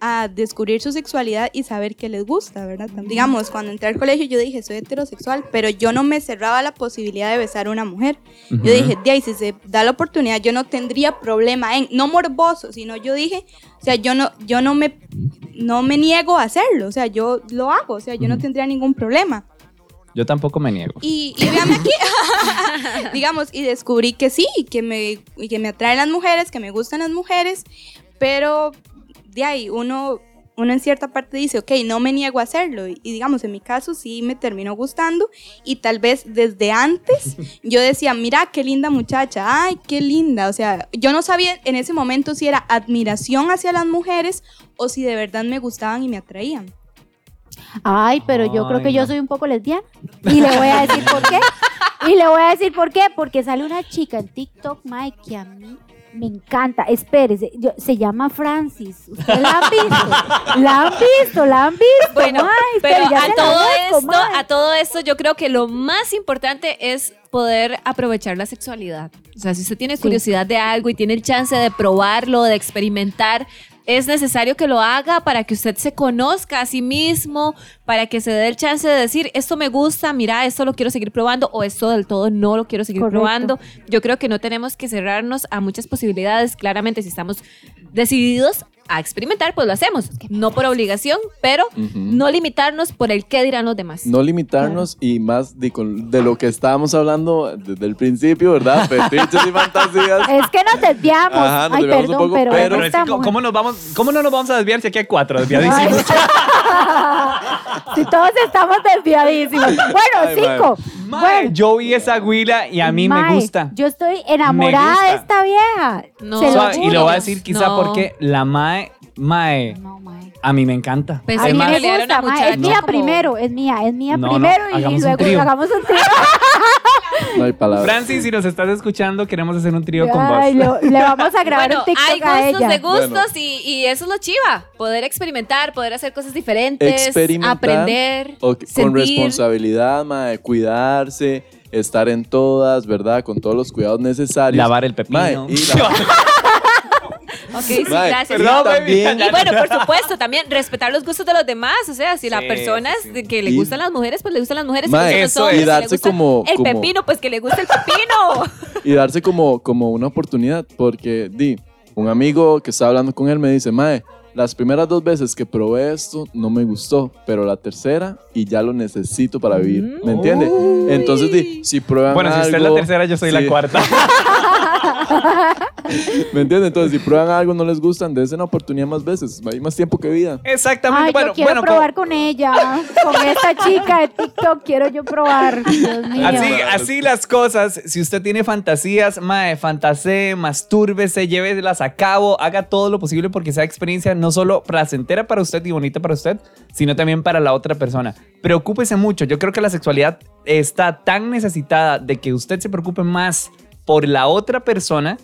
a descubrir su sexualidad y saber qué les gusta, ¿verdad? Tam- Digamos, cuando entré al colegio yo dije, soy heterosexual, pero yo no me cerraba la posibilidad de besar a una mujer. Yo dije, de ahí, si se da la oportunidad, yo no tendría problema en, no morboso, sino yo dije, o sea, yo no, yo no me, no me niego a hacerlo, o sea, yo lo hago, o sea, yo no tendría ningún problema.
Yo tampoco me niego.
Y, y véame aquí, digamos, y descubrí que sí, y que me, y que me atraen las mujeres, que me gustan las mujeres, pero de ahí uno uno en cierta parte dice, ok, no me niego a hacerlo. Y, y digamos, en mi caso sí me terminó gustando y tal vez desde antes yo decía, mira, qué linda muchacha, ay, qué linda. O sea, yo no sabía en ese momento si era admiración hacia las mujeres o si de verdad me gustaban y me atraían.
Ay, pero yo creo
Ay,
que yo
no.
soy un poco lesbiana. Y le voy a decir por qué. Y le voy a decir por qué. Porque sale una chica en TikTok, Mike, que a mí me encanta. Espérese, yo- se llama Francis. ¿Usted la han visto? ¿La han visto? ¿La han visto?
Bueno,
Mike,
pero
ya
a
se la
todo
conozco,
esto,
Mike.
a todo esto, yo creo que lo más importante es poder aprovechar la sexualidad. O sea, si usted tiene
Sí.
curiosidad de algo y tiene el chance de probarlo, de experimentar, es necesario que lo haga para que usted se conozca a sí mismo, para que se dé el chance de decir, esto me gusta, mira, esto lo quiero seguir probando o esto del todo no lo quiero seguir
Correcto.
probando. Yo creo que no tenemos que cerrarnos a muchas posibilidades. Claramente, si estamos decididos a experimentar, pues lo hacemos. No por obligación, pero
Ujú.
no limitarnos por el qué dirán los demás.
No limitarnos y más de, con- de lo que estábamos hablando desde el principio, ¿verdad? Fetiches y fantasías.
Eh,
Es que nos desviamos.
Ajá, nos
Ay,
desviamos un
perdón,
poco,
pero,
pero-
Pero es que,
estamos-
¿cómo, nos vamos, ¿cómo no nos vamos a desviar si aquí hay cuatro
Ay,
desviadísimos?
Si todos estamos desviadísimos. Bueno,
Ay, Mike.
cinco.
Mae,
Bueno.
yo vi esa huila y a mí
Mae,
me gusta.
Yo estoy enamorada
gusta.
de esta vieja.
No.
Se lo
Suave,
Suave, y
juro.
lo voy a decir quizá
No.
porque la mae, mae,
No, mae.
a mí me encanta.
Pensé
a
Es
mí
más-
me
Pelear a
gusta,
una
mae.
muchacha
es mía
como-
primero, es mía, es mía
No, no,
primero y- y
hagamos un
luego
trío.
hagamos un trío.
No hay palabras.
Francis, si nos estás escuchando, queremos hacer un trío con vos.
Ay, lo- le vamos a grabar
Bueno,
un TikTok
hay
a
gustos
ella.
de gustos
Bueno.
y, y eso es lo chiva. Poder experimentar, poder hacer cosas diferentes,
Experimentar.
aprender,
Ok, Con
sentir.
responsabilidad, mae, cuidarse, estar en todas, ¿verdad? Con todos los cuidados necesarios.
Lavar el pepino.
Mae, y lavar-
Ok, sí,
Mae,
gracias.
y
Perdón, baby.
también-
Y bueno, por supuesto, también respetar los gustos de los demás. O sea, si la
Sí,
persona
sí,
es
sí.
de que le
Y-
gustan las mujeres, pues le gustan las mujeres.
Mae,
si
eso
son
es.
hombres,
Y
le
darse
gusta
como-
El
como-
pepino, pues que le gusta el pepino.
y darse como, como una oportunidad, porque di, un amigo que estaba hablando con él me dice, Mae, las primeras dos veces que probé esto no me gustó, pero la tercera y ya lo necesito para vivir,
Mm.
¿me entiende? Entonces, di, si prueban
Bueno, si usted es la
algo,
tercera, yo soy la
sí,
cuarta.
¿Me entiende? Entonces, si prueban algo, no les gustan, dense una oportunidad más veces, hay más tiempo que vida.
Exactamente.
Ay,
bueno,
yo quiero
bueno, como-
probar con ella, con esta chica de TikTok quiero yo probar. Dios mío.
Así, así las cosas. Si usted tiene fantasías, mae, fantasee, mastúrbese, llévelas a cabo, haga todo lo posible porque sea experiencia no solo placentera para usted y bonita para usted, sino también para la otra persona. Preocúpese mucho. Yo creo que la sexualidad está tan necesitada de que usted se preocupe más por la otra persona.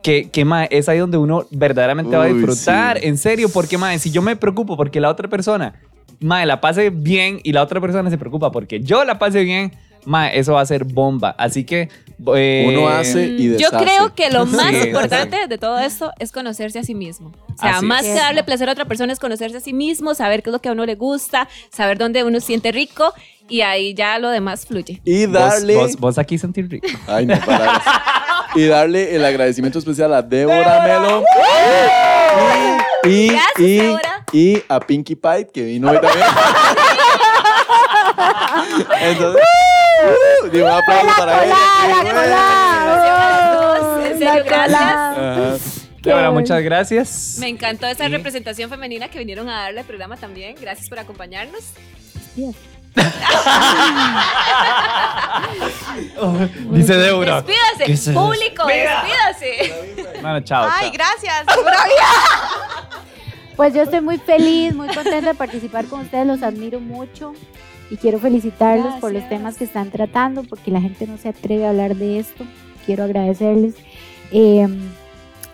Que, que mae, es ahí donde uno verdaderamente va a
Uy,
disfrutar,
sí.
en serio, porque mae, si yo me preocupo porque la otra persona mae, la pase bien y la otra persona se preocupa porque yo la pase bien, mae, eso va a ser bomba. Así que. eh,
Uno hace y
Mm, Yo
deshace.
creo que lo más
deshace.
importante de todo esto es conocerse a sí mismo. O sea,
Así
más
es.
que darle placer a otra persona es conocerse a sí mismo, saber qué es lo que a uno le gusta, saber dónde uno se siente rico y ahí ya lo demás fluye.
Y
Vos,
darle...
vos- vos aquí sentir rico.
Ay, no, palabras. Y darle el agradecimiento especial a Débora Melo. Y, y,
Gracias,
y-
Débora.
y a Pinkie Pie, que vino hoy también. Entonces, uh, digo, un aplauso para ella.
¡Hola,
Sí,
hola!
En serio, gracias.
Ajá.
Débora,
bueno.
muchas gracias.
Me encantó esa
Sí.
representación femenina que vinieron a darle al programa también. Gracias por acompañarnos.
Dice Débora.
Despídase,
¿Qué es eso?
público, despídase.
Bueno, chao.
Ay,
chao.
gracias.
Pues yo estoy muy feliz, muy contenta de participar con ustedes, los admiro mucho y quiero felicitarlos por los
Gracias.
temas que están tratando, porque la gente no se atreve a hablar de esto. Quiero agradecerles eh,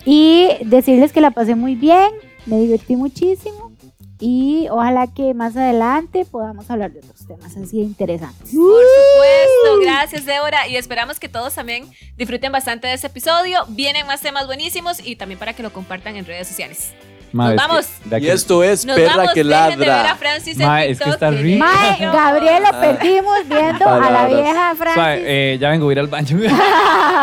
y decirles que la pasé muy bien, me divertí muchísimo y ojalá que más adelante podamos hablar de otros temas así de interesantes.
Por supuesto, gracias Débora y esperamos que todos también disfruten bastante de este episodio. Vienen más temas buenísimos y también para que lo compartan en redes sociales.
Mae,
nos
es que-
vamos.
de aquí-
Y esto es
Nos
Perra
vamos,
que
dejen de ver a
ladra.
Francis
Ma,
en
es que
TikTok.
está rico.
Mae, Gabriel lo perdimos viendo a la
Palabras.
vieja
Suave,
Francis.
eh, ya vengo a ir al baño.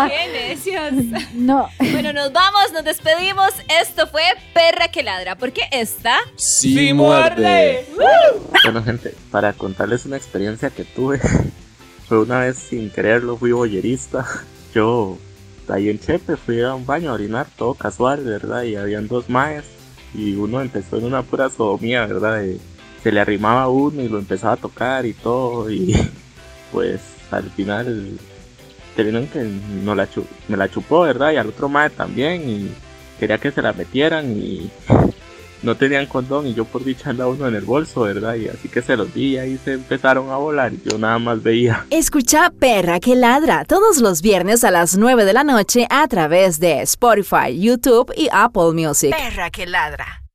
Qué necios.
No,
Bueno, nos vamos, nos despedimos. Esto fue Perra que ladra, porque esta
Sí, muerde.
Bueno, gente, para contarles una experiencia que tuve, fue una vez sin quererlo, fui boyerista. Yo, ahí en Chepe, fui a un baño a orinar, todo casual, ¿verdad? Y habían dos maes. y uno empezó en una pura sodomía, ¿verdad? De- se le arrimaba a uno y lo empezaba a tocar y todo y pues al final terminó en que no la chu- me la chupó, ¿verdad? Y al otro mae también y quería que se la metieran y no tenían condón y yo por dicha andaba uno en el bolso, ¿verdad? Y así que se los di y ahí se empezaron a volar y yo nada más veía.
Escucha Perra que Ladra todos los viernes a las 9 de la noche a través de Spotify, YouTube y Apple Music.
Perra que ladra.